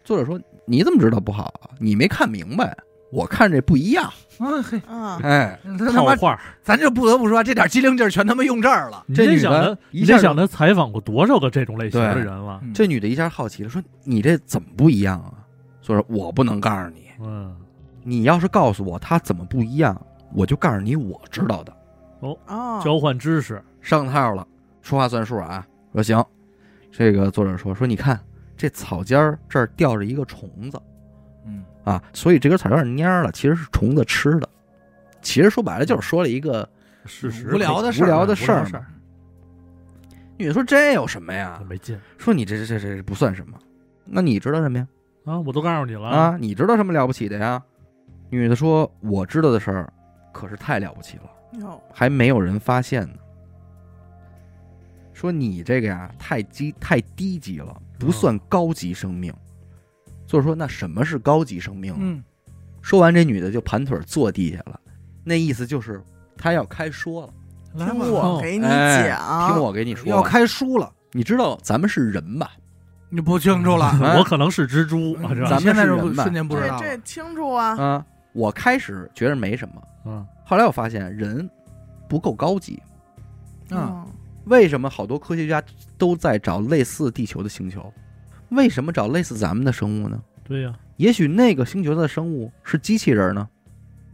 [SPEAKER 1] 作者说：“你怎么知道不好啊？你没看明白，我看这不一样。
[SPEAKER 2] 啊嘿，
[SPEAKER 3] 啊，
[SPEAKER 1] 哎，
[SPEAKER 2] 他他
[SPEAKER 4] 套
[SPEAKER 2] 妈，
[SPEAKER 4] 话儿，
[SPEAKER 2] 咱就不得不说，这点机灵劲儿全他妈用这儿了。
[SPEAKER 4] 你
[SPEAKER 1] 这
[SPEAKER 4] 得
[SPEAKER 1] 女
[SPEAKER 4] 想
[SPEAKER 1] 的
[SPEAKER 4] 着，
[SPEAKER 1] 一
[SPEAKER 4] 你
[SPEAKER 1] 下
[SPEAKER 4] 得
[SPEAKER 1] 就
[SPEAKER 4] 想着采访过多少个这种类型的
[SPEAKER 1] 对
[SPEAKER 4] 人了？
[SPEAKER 2] 嗯
[SPEAKER 1] 这女的一下好奇了，说：“你这怎么不一样啊？”作者说：“我不能告诉你，
[SPEAKER 4] 嗯，
[SPEAKER 1] 你要是告诉我他怎么不一样，我就告诉你我知道的。”
[SPEAKER 3] 哦，
[SPEAKER 4] 交换知识，
[SPEAKER 1] 上套了，说话算数啊！说行，这个作者说说你看这草尖儿这儿吊着一个虫子
[SPEAKER 2] 嗯，
[SPEAKER 1] 啊，所以这根草有点蔫儿了，其实是虫子吃的。其实说白了就是说了一个
[SPEAKER 4] 事实
[SPEAKER 2] 无聊的事
[SPEAKER 1] 无
[SPEAKER 2] 儿
[SPEAKER 1] 聊的
[SPEAKER 4] 事
[SPEAKER 1] 事
[SPEAKER 4] 儿
[SPEAKER 1] 儿
[SPEAKER 4] 嘛
[SPEAKER 1] 嘛。女的说这有什么呀？
[SPEAKER 4] 没劲
[SPEAKER 1] 说你这这这这不算什么，那你知道什么呀？
[SPEAKER 4] 啊！我都告诉你了，
[SPEAKER 1] 啊，你知道什么了不起的呀？女的说我知道的事儿可是太了不起了。
[SPEAKER 3] 哟，
[SPEAKER 1] 还没有人发现呢。说你这个呀，太低太低级了，
[SPEAKER 2] 嗯
[SPEAKER 1] 不算高级生命。所以说，那什么是高级生命啊？
[SPEAKER 2] 嗯，
[SPEAKER 1] 说完，这女的就盘腿坐地下了，那意思就是她要开说了，
[SPEAKER 2] 来
[SPEAKER 3] 听
[SPEAKER 2] 吧，
[SPEAKER 3] 我给你
[SPEAKER 1] 哎
[SPEAKER 3] 讲，
[SPEAKER 1] 听我给你说吧。
[SPEAKER 2] 啊要开书了，
[SPEAKER 1] 你知道咱们是人吧？
[SPEAKER 2] 你不清楚了。
[SPEAKER 1] 啊
[SPEAKER 4] 嗯我可能是蜘蛛，啊这
[SPEAKER 1] 嗯咱们
[SPEAKER 2] 现在
[SPEAKER 1] 是
[SPEAKER 2] 就
[SPEAKER 1] 人
[SPEAKER 2] 不
[SPEAKER 1] 吧
[SPEAKER 2] 瞬间不知
[SPEAKER 3] 这
[SPEAKER 2] 道了，
[SPEAKER 3] 这清楚啊，
[SPEAKER 1] 啊，我开始觉得没什么，
[SPEAKER 4] 嗯
[SPEAKER 1] 后来我发现人不够高级。
[SPEAKER 2] 嗯，
[SPEAKER 3] 嗯
[SPEAKER 1] 为什么好多科学家都在找类似地球的星球？为什么找类似咱们的生物呢？
[SPEAKER 4] 对呀，
[SPEAKER 1] 也许那个星球的生物是机器人呢，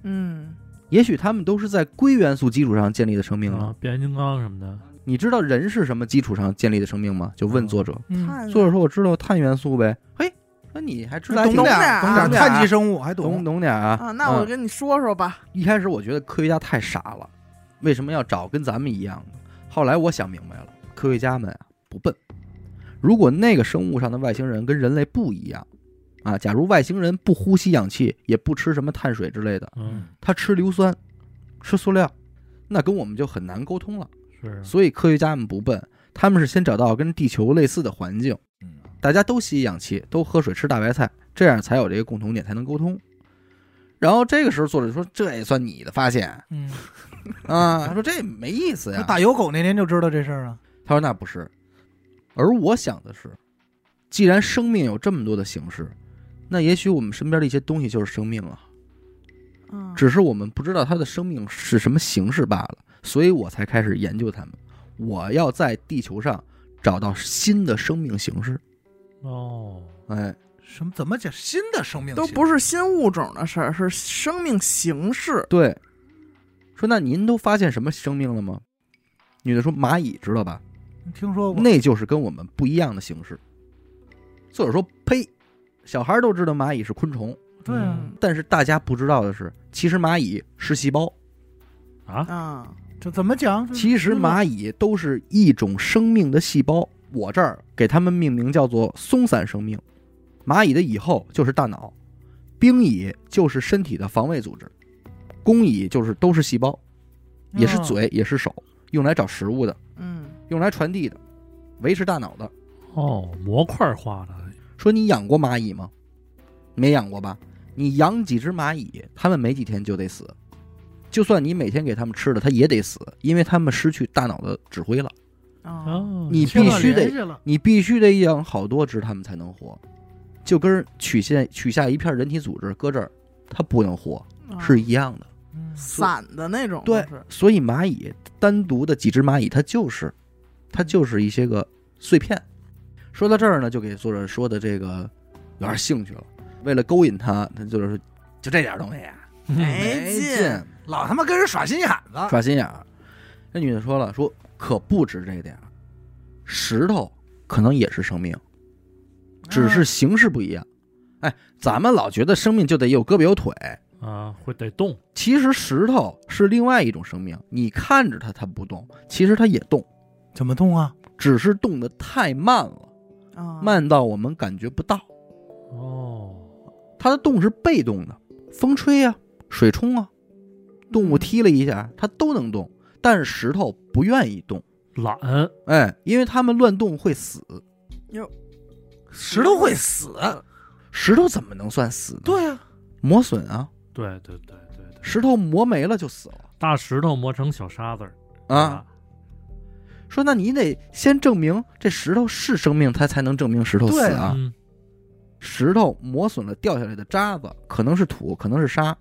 [SPEAKER 3] 嗯，
[SPEAKER 1] 也许他们都是在硅元素基础上建立的生命啊。
[SPEAKER 4] 啊，变形金刚什么的，
[SPEAKER 1] 你知道人是什么基础上建立的生命吗？就问作者，
[SPEAKER 2] 嗯，
[SPEAKER 3] 看
[SPEAKER 1] 作者说我知道碳元素呗。嘿，说你还知道还
[SPEAKER 2] 懂
[SPEAKER 1] 挺
[SPEAKER 3] 懂
[SPEAKER 2] 点
[SPEAKER 3] 点儿
[SPEAKER 2] 儿懂点儿，
[SPEAKER 1] 懂点儿啊
[SPEAKER 2] 碳基生物还
[SPEAKER 1] 懂
[SPEAKER 2] 懂，
[SPEAKER 1] 懂点啊
[SPEAKER 3] 啊，那我
[SPEAKER 1] 嗯
[SPEAKER 3] 跟你说说吧，
[SPEAKER 1] 一开始我觉得科学家太傻了，为什么要找跟咱们一样的？后来我想明白了，科学家们啊不笨。如果那个生物上的外星人跟人类不一样，啊，假如外星人不呼吸氧气，也不吃什么碳水之类的，
[SPEAKER 4] 嗯，
[SPEAKER 1] 他吃硫酸，吃塑料，那跟我们就很难沟通了。
[SPEAKER 4] 是
[SPEAKER 1] 所以科学家们不笨，他们是先找到跟地球类似的环境，
[SPEAKER 2] 嗯
[SPEAKER 1] 大家都吸氧气，都喝水，吃大白菜，这样才有这个共同点，才能沟通。然后这个时候，作者说：“这也算你的发现
[SPEAKER 2] 嗯，
[SPEAKER 1] 啊？”他说：“这没意思
[SPEAKER 2] 那
[SPEAKER 1] 呀。”
[SPEAKER 2] 打有狗那年就知道这事儿啊，
[SPEAKER 1] 他说：“那不是。”而我想的是，既然生命有这么多的形式，那也许我们身边的一些东西就是生命啊。
[SPEAKER 3] 嗯，
[SPEAKER 1] 只是我们不知道它的生命是什么形式罢了，所以我才开始研究它们。我要在地球上找到新的生命形式。
[SPEAKER 4] 哦，
[SPEAKER 1] 哎，
[SPEAKER 2] 什么怎么讲新的生命
[SPEAKER 3] 都不是新物种的事儿，是生命形式，
[SPEAKER 1] 对，说那您都发现什么生命了吗？女的说蚂蚁知道吧，
[SPEAKER 2] 听说过
[SPEAKER 1] 那就是跟我们不一样的形式。作者说：“呸，小孩都知道蚂蚁是昆虫，
[SPEAKER 4] 对啊
[SPEAKER 3] 嗯
[SPEAKER 1] 但是大家不知道的是，其实蚂蚁是细胞，嗯
[SPEAKER 4] 啊，
[SPEAKER 3] 啊，
[SPEAKER 2] 这怎么讲？
[SPEAKER 1] 其实蚂蚁都是一种生命的细胞。我这儿给它们命名叫做松散生命。蚂蚁的蚁后就是大脑，兵蚁就是身体的防卫组织，工蚁就是都是细胞，也是嘴，也是手，用来找食物的，
[SPEAKER 3] 嗯
[SPEAKER 1] 用来传递的，维持大脑的。
[SPEAKER 4] 哦，模块化的，
[SPEAKER 1] 说你养过蚂蚁吗？没养过吧？你养几只蚂蚁，它们没几天就得死。就算你每天给它们吃的，它也得死，因为它们失去大脑的指挥了。
[SPEAKER 3] 啊，
[SPEAKER 4] 哦，
[SPEAKER 1] 你
[SPEAKER 2] 切
[SPEAKER 1] 必
[SPEAKER 2] 断
[SPEAKER 1] 须
[SPEAKER 2] 联
[SPEAKER 1] 得
[SPEAKER 2] 系了
[SPEAKER 1] 你必须得养好多只，它们才能活。就跟取下取下一片人体组织搁这儿，它不能活
[SPEAKER 3] 啊
[SPEAKER 1] 是一样的。
[SPEAKER 2] 嗯
[SPEAKER 3] 散的那种，
[SPEAKER 1] 对
[SPEAKER 3] 就是
[SPEAKER 1] 所以蚂蚁单独的几只蚂蚁，它就是它就是一些个碎片。说到这儿呢，就给作者说的这个有点兴趣了。为了勾引他，他就是说就这点东西啊，
[SPEAKER 3] 没劲，
[SPEAKER 2] 老他妈跟人耍心眼子，
[SPEAKER 1] 耍心眼儿。那女的说了，说可不止这点儿，石头可能也是生命，只
[SPEAKER 2] 嗯
[SPEAKER 1] 是形式不一样。哎，咱们老觉得生命就得有胳膊有腿，
[SPEAKER 4] 啊，会得动，
[SPEAKER 1] 其实石头是另外一种生命。你看着它它不动，其实它也动，
[SPEAKER 2] 怎么动啊？
[SPEAKER 1] 只是动得太慢了，
[SPEAKER 3] 啊，
[SPEAKER 1] 慢到我们感觉不到。
[SPEAKER 4] 哦，
[SPEAKER 1] 它的动是被动的，风吹呀、水冲啊，动物踢了一下，它都能动，但是石头不愿意动。
[SPEAKER 4] 懒，
[SPEAKER 1] 哎，因为它们乱动会死，
[SPEAKER 2] 石头会死？
[SPEAKER 1] 啊石头怎么能算死呢？，
[SPEAKER 2] 对呀，
[SPEAKER 1] 磨损啊，
[SPEAKER 4] 对对对对对，
[SPEAKER 1] 石头磨没了就死了
[SPEAKER 4] 大石头磨成小沙子儿
[SPEAKER 1] 啊。，说那你得先证明这石头是生命，它才能证明石头死
[SPEAKER 2] 对
[SPEAKER 1] 啊。
[SPEAKER 4] 嗯，
[SPEAKER 1] 石头磨损了掉下来的渣子，可能是土，可能是沙。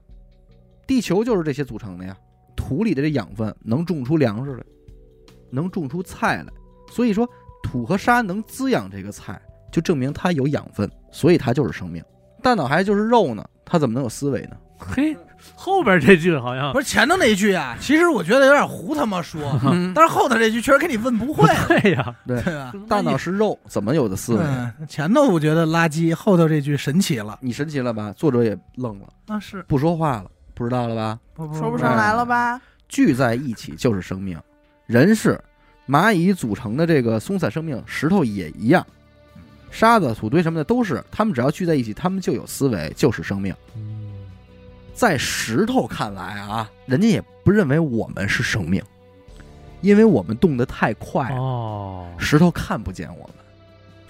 [SPEAKER 1] 地球就是这些组成的呀。土里的这养分能种出粮食来，能种出菜来。所以说，土和沙能滋养这个菜，就证明它有养分，所以它就是生命。大脑还就是肉呢，它怎么能有思维呢？
[SPEAKER 4] 嘿，后边这句好像
[SPEAKER 2] 不是前头那一句啊，其实我觉得有点胡他妈说，
[SPEAKER 1] 嗯、
[SPEAKER 2] 但是后头这句确实给你问不会，
[SPEAKER 4] 对呀，
[SPEAKER 2] 对吧？
[SPEAKER 1] 大脑是肉，怎么有的思维？啊
[SPEAKER 2] 嗯，前头我觉得垃圾，后头这句神奇了
[SPEAKER 1] 你神奇了吧？作者也愣了，
[SPEAKER 2] 啊！是
[SPEAKER 1] 不说话了，不知道了吧？
[SPEAKER 3] 说不
[SPEAKER 1] 上
[SPEAKER 3] 上来了吧？
[SPEAKER 1] 聚在一起就是生命，人是蚂蚁组成的这个松散生命，石头也一样，沙子、土堆什么的都是，它们只要聚在一起，它们就有思维，就是生命。
[SPEAKER 4] 嗯，
[SPEAKER 1] 在石头看来啊，人家也不认为我们是生命，因为我们动得太
[SPEAKER 2] 哎
[SPEAKER 1] 快了，
[SPEAKER 4] 哦，
[SPEAKER 1] 石头看不见我们。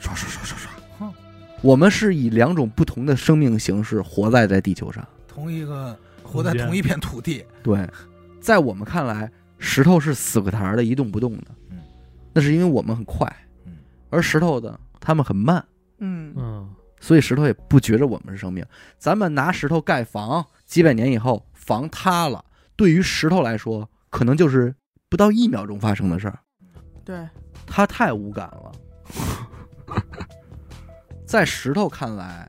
[SPEAKER 2] 刷刷刷刷刷，哼
[SPEAKER 1] 我们是以两种不同的生命形式活在在地球上。
[SPEAKER 2] 同一个活在同一片土地，
[SPEAKER 1] 对，在我们看来，石头是死个台儿的，一动不动的。
[SPEAKER 2] 嗯，
[SPEAKER 1] 那是因为我们很快，
[SPEAKER 2] 嗯，
[SPEAKER 1] 而石头的他们很慢，
[SPEAKER 3] 嗯，
[SPEAKER 4] 嗯，
[SPEAKER 1] 所以石头也不觉着我们是生命。咱们拿石头盖房，几百年以后房塌了，对于石头来说，可能就是不到一秒钟发生的事儿，
[SPEAKER 3] 对，
[SPEAKER 1] 它太无感了。 在石头看来，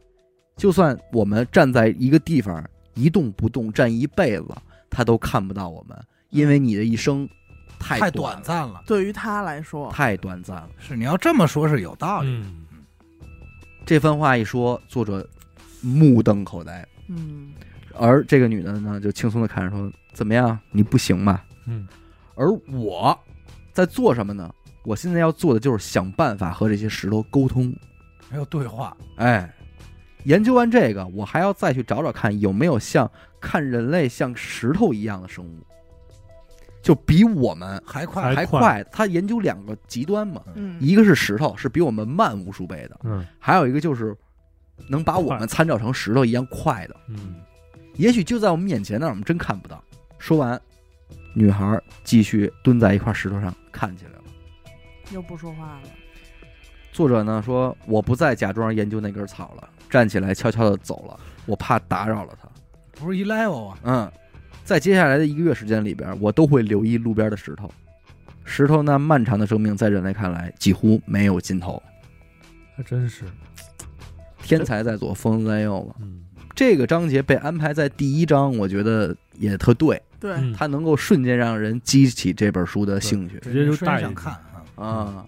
[SPEAKER 1] 就算我们站在一个地方一动不动站一辈子，它都看不到我们，因为你的一生太
[SPEAKER 2] 太
[SPEAKER 1] 短
[SPEAKER 2] 短
[SPEAKER 1] 了
[SPEAKER 2] 暂了。
[SPEAKER 3] 对于他来说，
[SPEAKER 1] 太短暂了。
[SPEAKER 2] 是你要这么说，是有道理。
[SPEAKER 4] 嗯，
[SPEAKER 1] 这番话一说，作者目瞪口呆，
[SPEAKER 3] 嗯，
[SPEAKER 1] 而这个女的呢，就轻松的看着说：“怎么样，你不行吧
[SPEAKER 4] 嗯，？”
[SPEAKER 1] 而我在做什么呢？我现在要做的就是想办法和这些石头沟通。
[SPEAKER 2] 还有对话，
[SPEAKER 1] 哎，研究完这个，我还要再去找找看有没有像看人类像石头一样的生物，就比我们
[SPEAKER 2] 还快，
[SPEAKER 4] 还
[SPEAKER 1] 还
[SPEAKER 4] 快
[SPEAKER 1] 快。他研究两个极端嘛，
[SPEAKER 3] 嗯，
[SPEAKER 1] 一个是石头，是比我们慢无数倍的；
[SPEAKER 4] 嗯，
[SPEAKER 1] 还有一个就是能把我
[SPEAKER 4] 快
[SPEAKER 1] 们参照成石头一样快的。
[SPEAKER 4] 嗯，
[SPEAKER 1] 也许就在我们眼前，但是我们真看不到。说完，女孩继续蹲在一块石头上看起来了。
[SPEAKER 3] 又不说话了，
[SPEAKER 1] 作者呢说：“我不再假装研究那根草了，站起来悄悄地走了，我怕打扰了她。
[SPEAKER 2] 不是一 level 啊，
[SPEAKER 1] 嗯，在接下来的一个月时间里边，我都会留意路边的石头。石头那漫长的生命，在人类看来几乎没有尽头。
[SPEAKER 4] 还真是，
[SPEAKER 1] 天才在左，疯子在右嘛。
[SPEAKER 4] 嗯，
[SPEAKER 1] 这个章节被安排在第一章，我觉得也特对，
[SPEAKER 3] 对，
[SPEAKER 4] 嗯
[SPEAKER 1] 它能够瞬间让人激起这本书的兴趣。
[SPEAKER 4] 直接就
[SPEAKER 2] 瞬间
[SPEAKER 4] 带
[SPEAKER 2] 想嗯
[SPEAKER 4] 进
[SPEAKER 1] 嗯
[SPEAKER 4] 去
[SPEAKER 2] 看啊，
[SPEAKER 1] 啊，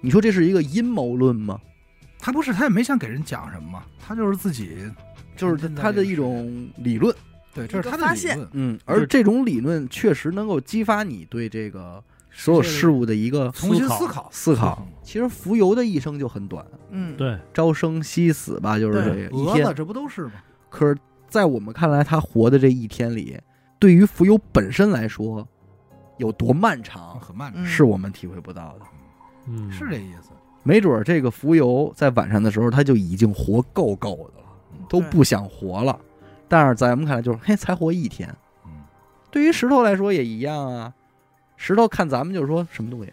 [SPEAKER 1] 你说这是一个阴谋论吗？
[SPEAKER 2] 他不是他也没想给人讲什么嘛，他就是自己
[SPEAKER 1] 就是他他的一种理论，
[SPEAKER 2] 对，这是他
[SPEAKER 3] 一个
[SPEAKER 2] 的
[SPEAKER 3] 发
[SPEAKER 2] 理
[SPEAKER 3] 现
[SPEAKER 2] 论。
[SPEAKER 1] 嗯，
[SPEAKER 4] 就是
[SPEAKER 1] 而这种理论确实能够激发你对这个所有事物的一个
[SPEAKER 2] 重新
[SPEAKER 4] 思考
[SPEAKER 2] 思考嗯
[SPEAKER 1] 思考。其实浮游的一生就很短，
[SPEAKER 3] 嗯，
[SPEAKER 4] 对，
[SPEAKER 1] 朝生夕死吧，就是这个一
[SPEAKER 2] 蛾
[SPEAKER 1] 天
[SPEAKER 2] 子。这不都是吗？
[SPEAKER 1] 可是，在我们看来，他活的这一天里，对于浮游本身来说，有多漫长，
[SPEAKER 2] 很漫长，
[SPEAKER 3] 嗯
[SPEAKER 1] 是我们体会不到的。
[SPEAKER 4] 嗯，
[SPEAKER 2] 是这意思。
[SPEAKER 1] 没准儿这个浮游在晚上的时候，他就已经活够够的了，都
[SPEAKER 3] 对
[SPEAKER 1] 不想活了。但是在咱们看来，就是嘿，才活一天。
[SPEAKER 2] 嗯，
[SPEAKER 1] 对于石头来说也一样啊，石头看咱们就是说什么东西，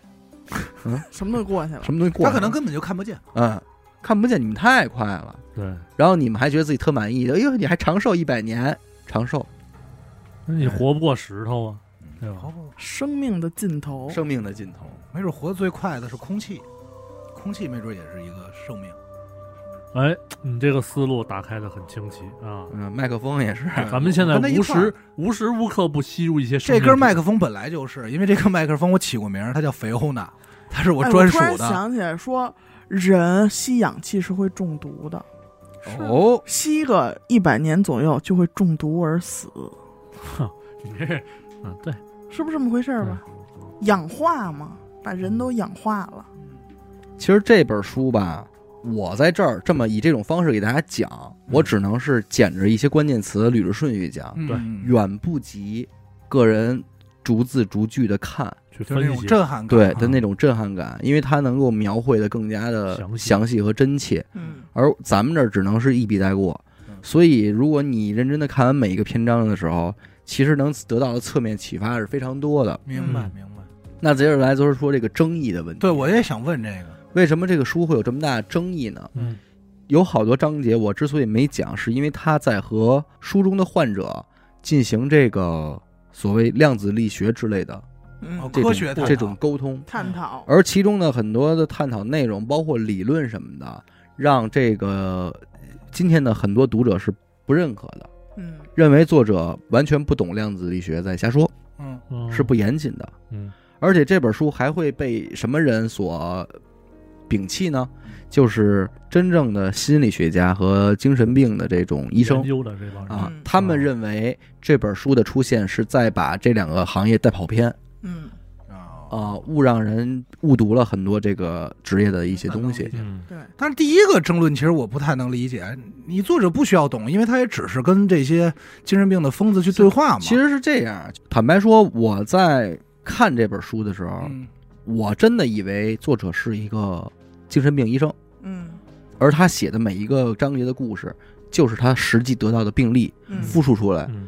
[SPEAKER 3] 什么都过去了
[SPEAKER 1] 什。么东西过来
[SPEAKER 2] 他
[SPEAKER 1] 了，
[SPEAKER 2] 可能根本就看不见。
[SPEAKER 1] 嗯看不见，你们太快了。
[SPEAKER 4] 对。
[SPEAKER 1] 然后你们还觉得自己特满意，哎呦，你还长寿一百年，长寿，
[SPEAKER 4] 那你活不过石头啊，对吧
[SPEAKER 2] 好不好
[SPEAKER 3] 生命的尽头，
[SPEAKER 1] 生命的尽头。
[SPEAKER 2] 没准活得最快的是空气，空气没准也是一个生命。
[SPEAKER 4] 哎，你这个思路打开的很清晰啊。
[SPEAKER 1] 嗯，麦克风也是，
[SPEAKER 4] 咱们现在
[SPEAKER 2] 哎我跟他一
[SPEAKER 4] 无
[SPEAKER 2] 块儿
[SPEAKER 4] 时无时无刻不吸入一些生
[SPEAKER 2] 这
[SPEAKER 4] 命之
[SPEAKER 2] 根 麦克风本来就是，因为这根麦克风我起过名儿，它叫肥欧 娜，它是我
[SPEAKER 3] 哎
[SPEAKER 2] 专属
[SPEAKER 3] 突然
[SPEAKER 2] 的。
[SPEAKER 3] 想起来说，人吸氧气是会中毒的，
[SPEAKER 1] 哦，
[SPEAKER 3] 吸个一百年左右就会中毒而死，
[SPEAKER 4] 你这是，嗯，对，嗯
[SPEAKER 3] 是不是这么回事儿吧？
[SPEAKER 1] 嗯
[SPEAKER 3] 氧化嘛，把人都氧化了。
[SPEAKER 1] 其实这本书吧，我在这儿这么以这种方式给大家讲，我只能是捡着一些关键词捋着顺序讲，
[SPEAKER 2] 嗯
[SPEAKER 4] 对
[SPEAKER 1] 远不及个人逐字逐句的看，
[SPEAKER 4] 去
[SPEAKER 2] 就是那
[SPEAKER 4] 分
[SPEAKER 2] 种
[SPEAKER 4] 析，
[SPEAKER 2] 震撼感。
[SPEAKER 1] 对
[SPEAKER 2] 啊
[SPEAKER 1] 的那种震撼感，因为它能够描绘的更加的
[SPEAKER 4] 详细
[SPEAKER 1] 详细和真切。
[SPEAKER 3] 嗯，
[SPEAKER 1] 而咱们这儿只能是一笔带过
[SPEAKER 2] 嗯。
[SPEAKER 1] 所以，如果你认真的看完每一个篇章的时候，其实能得到的侧面启发是非常多的。
[SPEAKER 2] 明白
[SPEAKER 4] 嗯
[SPEAKER 2] 明白。
[SPEAKER 1] 那接着来就是说这个争议的问题。
[SPEAKER 2] 对，我也想问这个。
[SPEAKER 1] 为什么这个书会有这么大的争议呢？
[SPEAKER 4] 嗯，
[SPEAKER 1] 有好多章节我之所以没讲，是因为他在和书中的患者进行这个所谓量子力学之类的
[SPEAKER 2] 哦
[SPEAKER 3] 嗯，
[SPEAKER 1] 这种
[SPEAKER 2] 科学探讨
[SPEAKER 1] 这种沟通，
[SPEAKER 3] 探讨，
[SPEAKER 1] 而其中的很多的探讨内容，包括理论什么的，让这个今天的很多读者是不认可的。
[SPEAKER 3] 嗯，
[SPEAKER 1] 认为作者完全不懂量子力学，在瞎说，
[SPEAKER 2] 嗯，
[SPEAKER 4] 嗯
[SPEAKER 1] 是不，严谨的。
[SPEAKER 4] 嗯，
[SPEAKER 1] 而且这本书还会被什么人所摒弃呢
[SPEAKER 2] 嗯？
[SPEAKER 1] 就是真正的心理学家和精神病的这种医生
[SPEAKER 4] 研究的这帮人
[SPEAKER 1] 啊
[SPEAKER 3] 嗯，
[SPEAKER 1] 他们认为这本书的出现是在把这两个行业带跑偏
[SPEAKER 3] 嗯，
[SPEAKER 2] 啊，
[SPEAKER 1] 啊，误让人误读了很多这个职业的一些东西。
[SPEAKER 4] 嗯，
[SPEAKER 3] 对，
[SPEAKER 2] 但是第一个争论其实我不太能理解，你作者不需要懂，因为他也只是跟这些精神病的疯子去对话嘛。
[SPEAKER 1] 其，实是这样，坦白说，我在看这本书的时候，
[SPEAKER 2] 嗯，
[SPEAKER 1] 我真的以为作者是一个精神病医生。
[SPEAKER 3] 嗯
[SPEAKER 1] 而他写的每一个章节的故事，就是他实际得到的病例
[SPEAKER 3] 嗯，
[SPEAKER 1] 复述出来。
[SPEAKER 4] 嗯，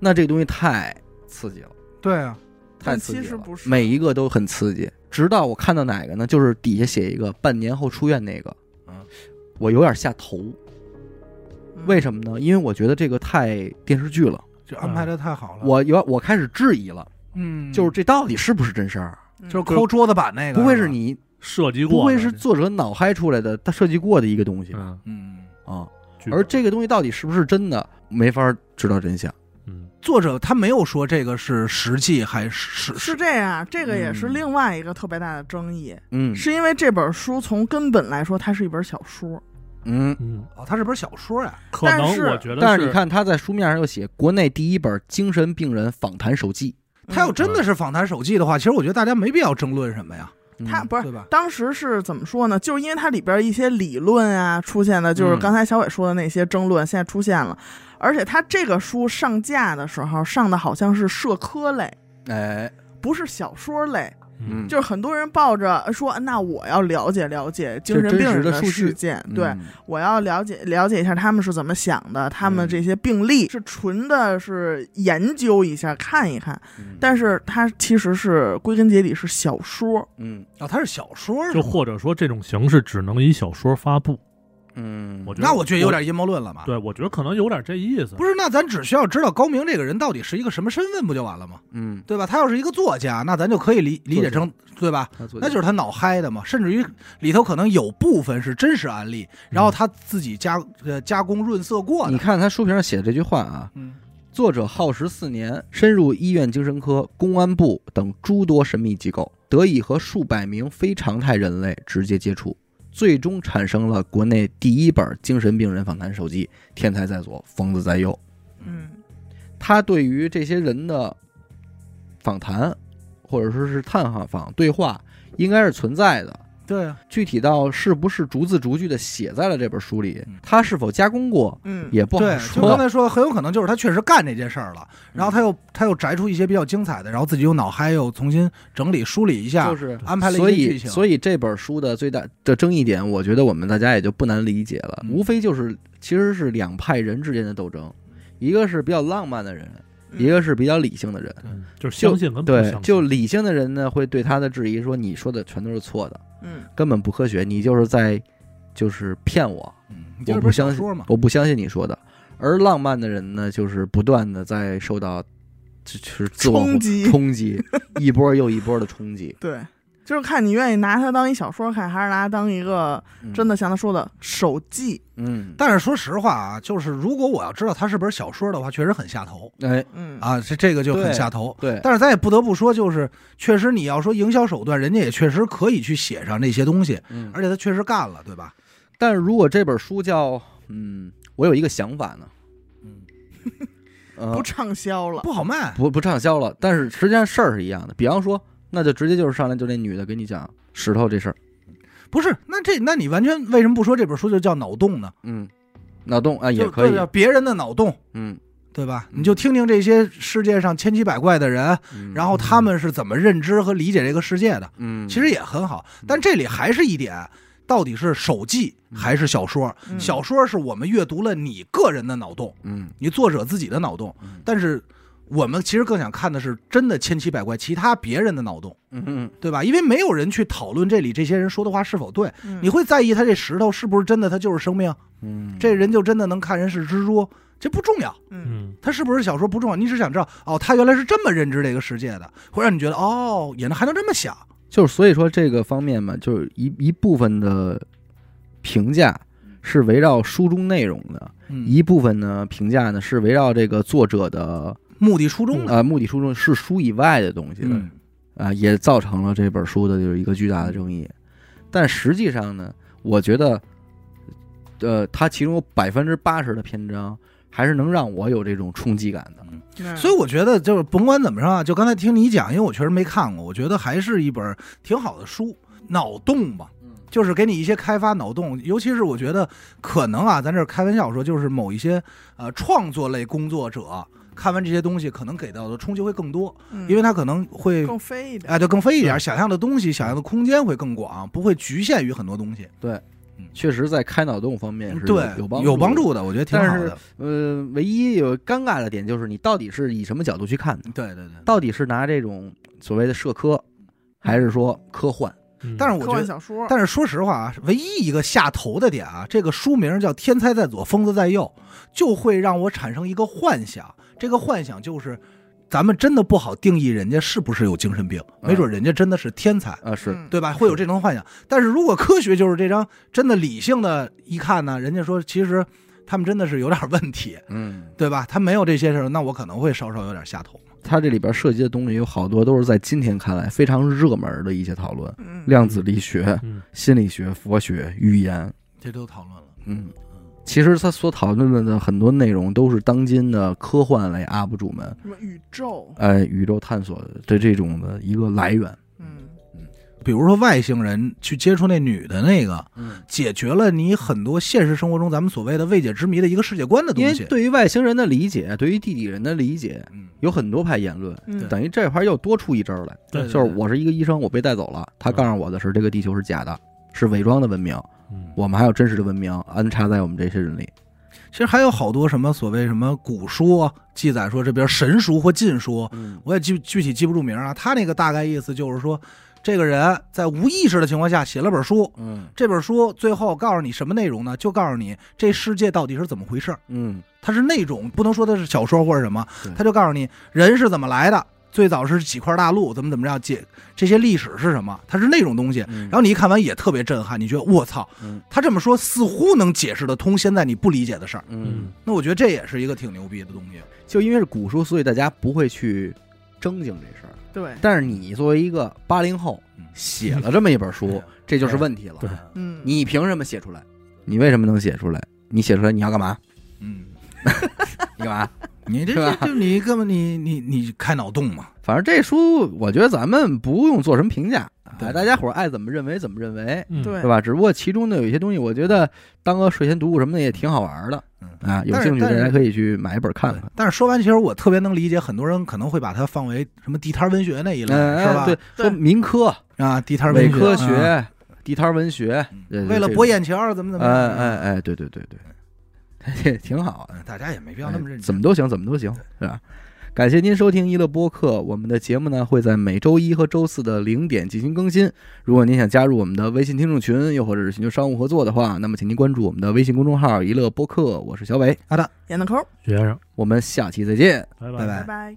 [SPEAKER 1] 那这个东西太刺激了，
[SPEAKER 2] 对啊，
[SPEAKER 1] 太刺激了，
[SPEAKER 3] 但其实不是
[SPEAKER 1] 每一个都很刺激。直到我看到哪个呢？就是底下写一个半年后出院那个，
[SPEAKER 2] 嗯，
[SPEAKER 1] 我有点下头。
[SPEAKER 3] 嗯
[SPEAKER 1] 为什么呢？因为我觉得这个太电视剧了，
[SPEAKER 2] 就安排的太好了。
[SPEAKER 1] 我有我开始质疑了，
[SPEAKER 2] 嗯，
[SPEAKER 1] 就是这到底是不是真事儿？啊
[SPEAKER 3] 嗯
[SPEAKER 2] 就是抠桌子板那个，
[SPEAKER 1] 不会是？你，
[SPEAKER 4] 设计过，
[SPEAKER 1] 不会是，作者脑嗨出来的，他设计过的一个东西吧？
[SPEAKER 4] 嗯，
[SPEAKER 2] 嗯，
[SPEAKER 1] 啊，
[SPEAKER 4] 剧本
[SPEAKER 1] 而，这个东西到底是不是真的，没法知道真相。
[SPEAKER 4] 嗯，
[SPEAKER 2] 作者他没有说这个是实际还是
[SPEAKER 3] 是这样，啊这个也是
[SPEAKER 1] 嗯
[SPEAKER 3] 另外一个特别大的争议，
[SPEAKER 1] 嗯
[SPEAKER 3] 是因为这本书从根本来说，它是一本小说，
[SPEAKER 1] 嗯，
[SPEAKER 4] 嗯，
[SPEAKER 2] 哦，它是本小说呀。
[SPEAKER 4] 可
[SPEAKER 3] 但
[SPEAKER 4] 能
[SPEAKER 3] 是
[SPEAKER 4] 我觉得，
[SPEAKER 1] 但是你，看他在书面上又写国内第一本精神病人访谈手记，
[SPEAKER 3] 嗯
[SPEAKER 2] 他要真的是访谈手记的话，其实我觉得大家没必要争论什么呀，
[SPEAKER 1] 嗯
[SPEAKER 3] 他不是
[SPEAKER 2] 对吧？
[SPEAKER 3] 当时是怎么说呢？就是因为它里边一些理论啊出现的，就是
[SPEAKER 1] 嗯
[SPEAKER 3] 刚才小伟说的那些争论，现在出现了。而且它这个书上架的时候上的好像是社科类，
[SPEAKER 1] 哎，
[SPEAKER 3] 不是小说类，
[SPEAKER 1] 嗯，
[SPEAKER 3] 就是很多人抱着呃说，那我要了解了解精神
[SPEAKER 1] 真
[SPEAKER 3] 病
[SPEAKER 1] 实
[SPEAKER 3] 人
[SPEAKER 1] 的数据
[SPEAKER 3] 事件，
[SPEAKER 1] 嗯
[SPEAKER 3] 对，我要了解了解一下他们是怎么想的，他们
[SPEAKER 1] 嗯
[SPEAKER 3] 这些病例、是纯的是研究一下看一看，
[SPEAKER 1] 嗯
[SPEAKER 3] 但是它其实是归根结底是小说，
[SPEAKER 1] 嗯
[SPEAKER 2] 哦，它是小说，
[SPEAKER 4] 就或者说这种形式只能以小说发布，
[SPEAKER 1] 嗯，
[SPEAKER 4] 我觉得，
[SPEAKER 2] 那我觉得有，点阴谋论了吧？，
[SPEAKER 4] 对我觉得可能有点这意思，
[SPEAKER 2] 不是，那咱只需要知道高明这个人到底是一个什么身份，不就完了吗？
[SPEAKER 1] 嗯，
[SPEAKER 2] 对吧？他要是一个作家，那咱就可以理理解成对吧？
[SPEAKER 1] 他做
[SPEAKER 2] 那就是他脑嗨的嘛，甚至于里头可能有部分是真实案例，然后他自己加呃加工润色过
[SPEAKER 1] 你
[SPEAKER 2] 的。
[SPEAKER 1] 看他书评上写的这句话啊，
[SPEAKER 2] 嗯，
[SPEAKER 1] 作者耗时四年，深入医院精神科、公安部等诸多神秘机构，得以和数百名非常态人类直接接触，最终产生了国内第一本精神病人访谈手记《天才在左，疯子在右》。
[SPEAKER 3] 嗯
[SPEAKER 1] 他对于这些人的访谈，或者说是探访对话，应该是存在的。
[SPEAKER 2] 对啊，
[SPEAKER 1] 具体到是不是逐字逐句的写在了这本书里
[SPEAKER 2] 嗯，
[SPEAKER 1] 他是否加工过
[SPEAKER 3] 嗯，
[SPEAKER 1] 也不好
[SPEAKER 2] 对，就刚
[SPEAKER 1] 说。嗯
[SPEAKER 2] 才说，很有可能就是他确实干这件事儿了，然后他又他又摘出一些比较精彩的，然后自己又脑嗨又重新整理梳理一下，
[SPEAKER 1] 就是
[SPEAKER 2] 安排了
[SPEAKER 1] 所
[SPEAKER 2] 一些剧
[SPEAKER 1] 以，
[SPEAKER 2] 情，
[SPEAKER 1] 所以这本书的最大的争议点，我觉得我们大家也就不难理解了，
[SPEAKER 2] 嗯
[SPEAKER 1] 无非就是其实是两派人之间的斗争，一个是比较浪漫的人，
[SPEAKER 3] 嗯
[SPEAKER 1] 一个是比较理性的人。
[SPEAKER 4] 嗯就是相信跟不
[SPEAKER 1] 对
[SPEAKER 4] 相，信，
[SPEAKER 1] 就理性的人呢，会对他的质疑说：“你说的全都是错的，
[SPEAKER 3] 嗯
[SPEAKER 1] 根本不科学，你就是在就是骗我，
[SPEAKER 2] 嗯，
[SPEAKER 1] 我
[SPEAKER 2] 就是
[SPEAKER 1] 不相信
[SPEAKER 2] 说嘛，，
[SPEAKER 1] 我不相信你说的。”而浪漫的人呢，就是不断的在受到就就是自我
[SPEAKER 3] 冲击
[SPEAKER 1] 冲击，一波又一波的冲击。
[SPEAKER 3] 对，就是看你愿意拿它当一小说看，还是拿它当一个
[SPEAKER 1] 嗯
[SPEAKER 3] 真，的像他说的手记。
[SPEAKER 1] 嗯，
[SPEAKER 2] 但是说实话啊，就是如果我要知道它是本小说的话，确实很下头
[SPEAKER 1] 哎，
[SPEAKER 3] 嗯，
[SPEAKER 2] 啊，这这个就很
[SPEAKER 1] 对
[SPEAKER 2] 下头。
[SPEAKER 1] 对，
[SPEAKER 2] 但是咱也不得不说，就是确实你要说营销手段，人家也确实可以去写上这些东西，
[SPEAKER 1] 嗯，
[SPEAKER 2] 而且他确实干了，对吧？
[SPEAKER 1] 但如果这本书叫嗯，我有一个想法呢，
[SPEAKER 2] 嗯，
[SPEAKER 1] 呃
[SPEAKER 3] 不，畅销了。
[SPEAKER 2] 不好卖，
[SPEAKER 1] 不不畅销了，但是实际上事儿是一样的。比方说，那就直接就是上来就那女的给你讲石头这事儿，
[SPEAKER 2] 不是？那这那你完全为什么不说这本书就叫脑洞呢？
[SPEAKER 1] 嗯，脑洞啊也
[SPEAKER 2] 就
[SPEAKER 1] 可以
[SPEAKER 2] 对，吧别人的脑洞，
[SPEAKER 1] 嗯，
[SPEAKER 2] 对吧？
[SPEAKER 1] 嗯
[SPEAKER 2] 你就听听这些世界上千奇百怪的人，
[SPEAKER 1] 嗯
[SPEAKER 2] 然后他们是怎么认知和理解这个世界的，
[SPEAKER 1] 嗯，
[SPEAKER 2] 其实也很好。但这里还是一点。到底是手记还是小说？
[SPEAKER 3] 嗯
[SPEAKER 2] 小说是我们阅读了你个人的脑洞，
[SPEAKER 1] 嗯
[SPEAKER 2] 你作者自己的脑洞
[SPEAKER 1] 嗯，
[SPEAKER 2] 但是我们其实更想看的是真的千奇百怪，其他别人的脑洞，
[SPEAKER 1] 嗯嗯
[SPEAKER 2] 对吧？因为没有人去讨论这里这些人说的话是否对，
[SPEAKER 3] 嗯
[SPEAKER 2] 你会在意他这石头是不是真的，他就是生命，
[SPEAKER 1] 嗯，
[SPEAKER 2] 这人就真的能看人是蜘蛛，这不重要，
[SPEAKER 3] 嗯
[SPEAKER 4] 嗯，
[SPEAKER 2] 他是不是小说不重要，你只想知道哦，他原来是这么认知这个世界的，会让你觉得哦，也能还能这么想，
[SPEAKER 1] 就是所以说这个方面嘛，就是一一部分的评价是围绕书中内容的，
[SPEAKER 2] 嗯，
[SPEAKER 1] 一部分呢评价呢是围绕这个作者的
[SPEAKER 2] 目的初衷的，
[SPEAKER 1] 呃目的书中是书以外的东西的。
[SPEAKER 2] 嗯
[SPEAKER 1] 啊，也造成了这本书的就是一个巨大的争议。但实际上呢，我觉得，呃，它其中有百分之八十的篇章还是能让我有这种冲击感的。
[SPEAKER 3] 嗯
[SPEAKER 2] 所以我觉得就是甭管怎么着啊，就刚才听你讲，因为我确实没看过，我觉得还是一本挺好的书，脑洞嘛
[SPEAKER 1] 嗯，
[SPEAKER 2] 就是给你一些开发脑洞。尤其是我觉得可能啊，咱这儿开玩笑说，就是某一些呃创作类工作者看完这些东西，可能给到的冲击会更多，
[SPEAKER 3] 嗯
[SPEAKER 2] 因为他可能会。
[SPEAKER 3] 更飞一点。
[SPEAKER 2] 啊，就更飞一
[SPEAKER 1] 嗯
[SPEAKER 2] 点，
[SPEAKER 4] 对
[SPEAKER 2] 想象的东西、想象的空间会更广，不会局限于很多东西。
[SPEAKER 1] 确实，在开脑洞方面是有
[SPEAKER 2] 对，
[SPEAKER 1] 有帮
[SPEAKER 2] 有帮
[SPEAKER 1] 助的。
[SPEAKER 2] 助的，我觉得挺好的。
[SPEAKER 1] 呃，唯一有尴尬的点就是，你到底是以什么角度去看的？
[SPEAKER 2] 对对对，
[SPEAKER 1] 到底是拿这种所谓的社科，还是说科幻？
[SPEAKER 4] 嗯
[SPEAKER 2] 但是我
[SPEAKER 3] 科
[SPEAKER 2] 觉
[SPEAKER 3] 幻
[SPEAKER 2] 得
[SPEAKER 3] 小说，
[SPEAKER 2] 但是说实话啊，唯一一个下头的点啊，这个书名叫《天才在左，疯子在右》，就会让我产生一个幻想，这个幻想就是，咱们真的不好定义人家是不是有精神病，
[SPEAKER 1] 嗯
[SPEAKER 2] 没准人家真的是天才。
[SPEAKER 1] 啊，是，
[SPEAKER 3] 嗯
[SPEAKER 2] 对吧？会有这种幻想，但是如果科学就是这张真的理性的一看呢，人家说其实他们真的是有点问题，
[SPEAKER 1] 嗯，
[SPEAKER 2] 对吧？他没有这些事儿，那我可能会稍稍有点下头。
[SPEAKER 1] 它这里边涉及的东西有好多都是在今天看来非常热门的一些讨论，
[SPEAKER 3] 嗯
[SPEAKER 1] 量子力学、
[SPEAKER 4] 嗯
[SPEAKER 1] 心理学、佛学、语言，
[SPEAKER 2] 这都讨论了，
[SPEAKER 1] 嗯，其实他所讨论的很多内容都是当今的科幻类 UP 主们，
[SPEAKER 3] 什么宇
[SPEAKER 2] 啊
[SPEAKER 3] 宙，
[SPEAKER 1] 呃，宇宙探索的这种的一个来源。
[SPEAKER 3] 嗯
[SPEAKER 2] 比如说外星人去接触那女的那个，
[SPEAKER 1] 嗯，
[SPEAKER 2] 解决了你很多现实生活中咱们所谓的未解之谜的一个世界观的
[SPEAKER 1] 因
[SPEAKER 2] 东
[SPEAKER 1] 为
[SPEAKER 2] 西。
[SPEAKER 1] 对于外星人的理解，对于地底人的理解，
[SPEAKER 2] 嗯，
[SPEAKER 1] 有很多派言论。
[SPEAKER 3] 嗯，
[SPEAKER 1] 等于这块又多出一招来，
[SPEAKER 4] 对
[SPEAKER 1] 就是我是一个医生，我被带走了，他告诉我的是这个地球是假的，是伪装的文明，
[SPEAKER 4] 嗯
[SPEAKER 1] 我们还有真实的文明安插在我们这些人里。
[SPEAKER 2] 其实还有好多什么所谓什么古书记载说这边神书或禁书，
[SPEAKER 1] 嗯
[SPEAKER 2] 我也具具体记不住名啊。他那个大概意思就是说，这个人在无意识的情况下写了本书，
[SPEAKER 1] 嗯
[SPEAKER 2] 这本书最后告诉你什么内容呢？就告诉你这世界到底是怎么回事儿。
[SPEAKER 1] 嗯
[SPEAKER 2] 它是那种不能说它是小说或者什么
[SPEAKER 1] 对，
[SPEAKER 2] 它就告诉你人是怎么来的，最早是几块大陆，怎么怎么样，解这些历史是什么，它是那种东西。
[SPEAKER 1] 嗯
[SPEAKER 2] 然后你一看完也特别震撼，你觉得我操
[SPEAKER 1] 嗯，
[SPEAKER 2] 他这么说似乎能解释得通现在你不理解的事儿。
[SPEAKER 1] 嗯
[SPEAKER 4] 嗯，
[SPEAKER 2] 那我觉得这也是一个挺牛逼的东西。
[SPEAKER 1] 就因为是古书，所以大家不会去正经这事儿。
[SPEAKER 3] 对，
[SPEAKER 1] 但是你作为一个八零后
[SPEAKER 2] 嗯，
[SPEAKER 1] 写了这么一本书，这就是问题了。
[SPEAKER 4] 对
[SPEAKER 3] 嗯，
[SPEAKER 1] 你凭什么写出来？你为什么能写出来？你写出来你要干嘛？
[SPEAKER 2] 嗯，
[SPEAKER 1] 你干嘛？
[SPEAKER 2] 你这
[SPEAKER 1] 是吧
[SPEAKER 2] 这就你根本你你你开脑洞嘛，
[SPEAKER 1] 反正这书，我觉得咱们不用做什么评价，
[SPEAKER 2] 对
[SPEAKER 1] 哎，大家伙儿爱怎么认为怎么认为，
[SPEAKER 4] 嗯，
[SPEAKER 3] 对
[SPEAKER 1] 对吧？只不过其中呢有一些东西，我觉得当个睡前读物什么的也挺好玩的
[SPEAKER 2] 嗯
[SPEAKER 1] 啊。有
[SPEAKER 2] 但是
[SPEAKER 1] 兴趣的
[SPEAKER 2] 但是
[SPEAKER 1] 人可以去买一本看
[SPEAKER 2] 对
[SPEAKER 1] 看，
[SPEAKER 2] 但是说完，其实我特别能理解，很多人可能会把它放为什么地摊文学那一类，
[SPEAKER 1] 嗯，
[SPEAKER 2] 是吧？
[SPEAKER 1] 对，说民科、
[SPEAKER 2] 啊，地摊
[SPEAKER 1] 伪
[SPEAKER 2] 文
[SPEAKER 1] 科
[SPEAKER 2] 学，啊
[SPEAKER 1] 学、地摊文学
[SPEAKER 2] 嗯，
[SPEAKER 1] 对
[SPEAKER 2] 为了博，眼球儿怎么
[SPEAKER 1] 这
[SPEAKER 2] 怎
[SPEAKER 1] 个
[SPEAKER 2] 么
[SPEAKER 1] 哎
[SPEAKER 2] 样，
[SPEAKER 1] 哎哎，对对对对， 也挺好的，
[SPEAKER 2] 嗯，大家也没必要那么认
[SPEAKER 1] 哎
[SPEAKER 2] 真，
[SPEAKER 1] 怎么都行，怎么都行，是吧？感谢您收听一乐播客，我们的节目呢会在每周一和周四的零点进行更新。如果您想加入我们的微信听众群，又或者是寻求商务合作的话，那么请您关注我们的微信公众号“一乐播客”，我是小伟，
[SPEAKER 2] 好的，
[SPEAKER 3] 演的抠，
[SPEAKER 4] 学生，
[SPEAKER 1] 我们下期再见。
[SPEAKER 4] 拜
[SPEAKER 2] 拜
[SPEAKER 4] 拜
[SPEAKER 2] 拜
[SPEAKER 3] 拜拜。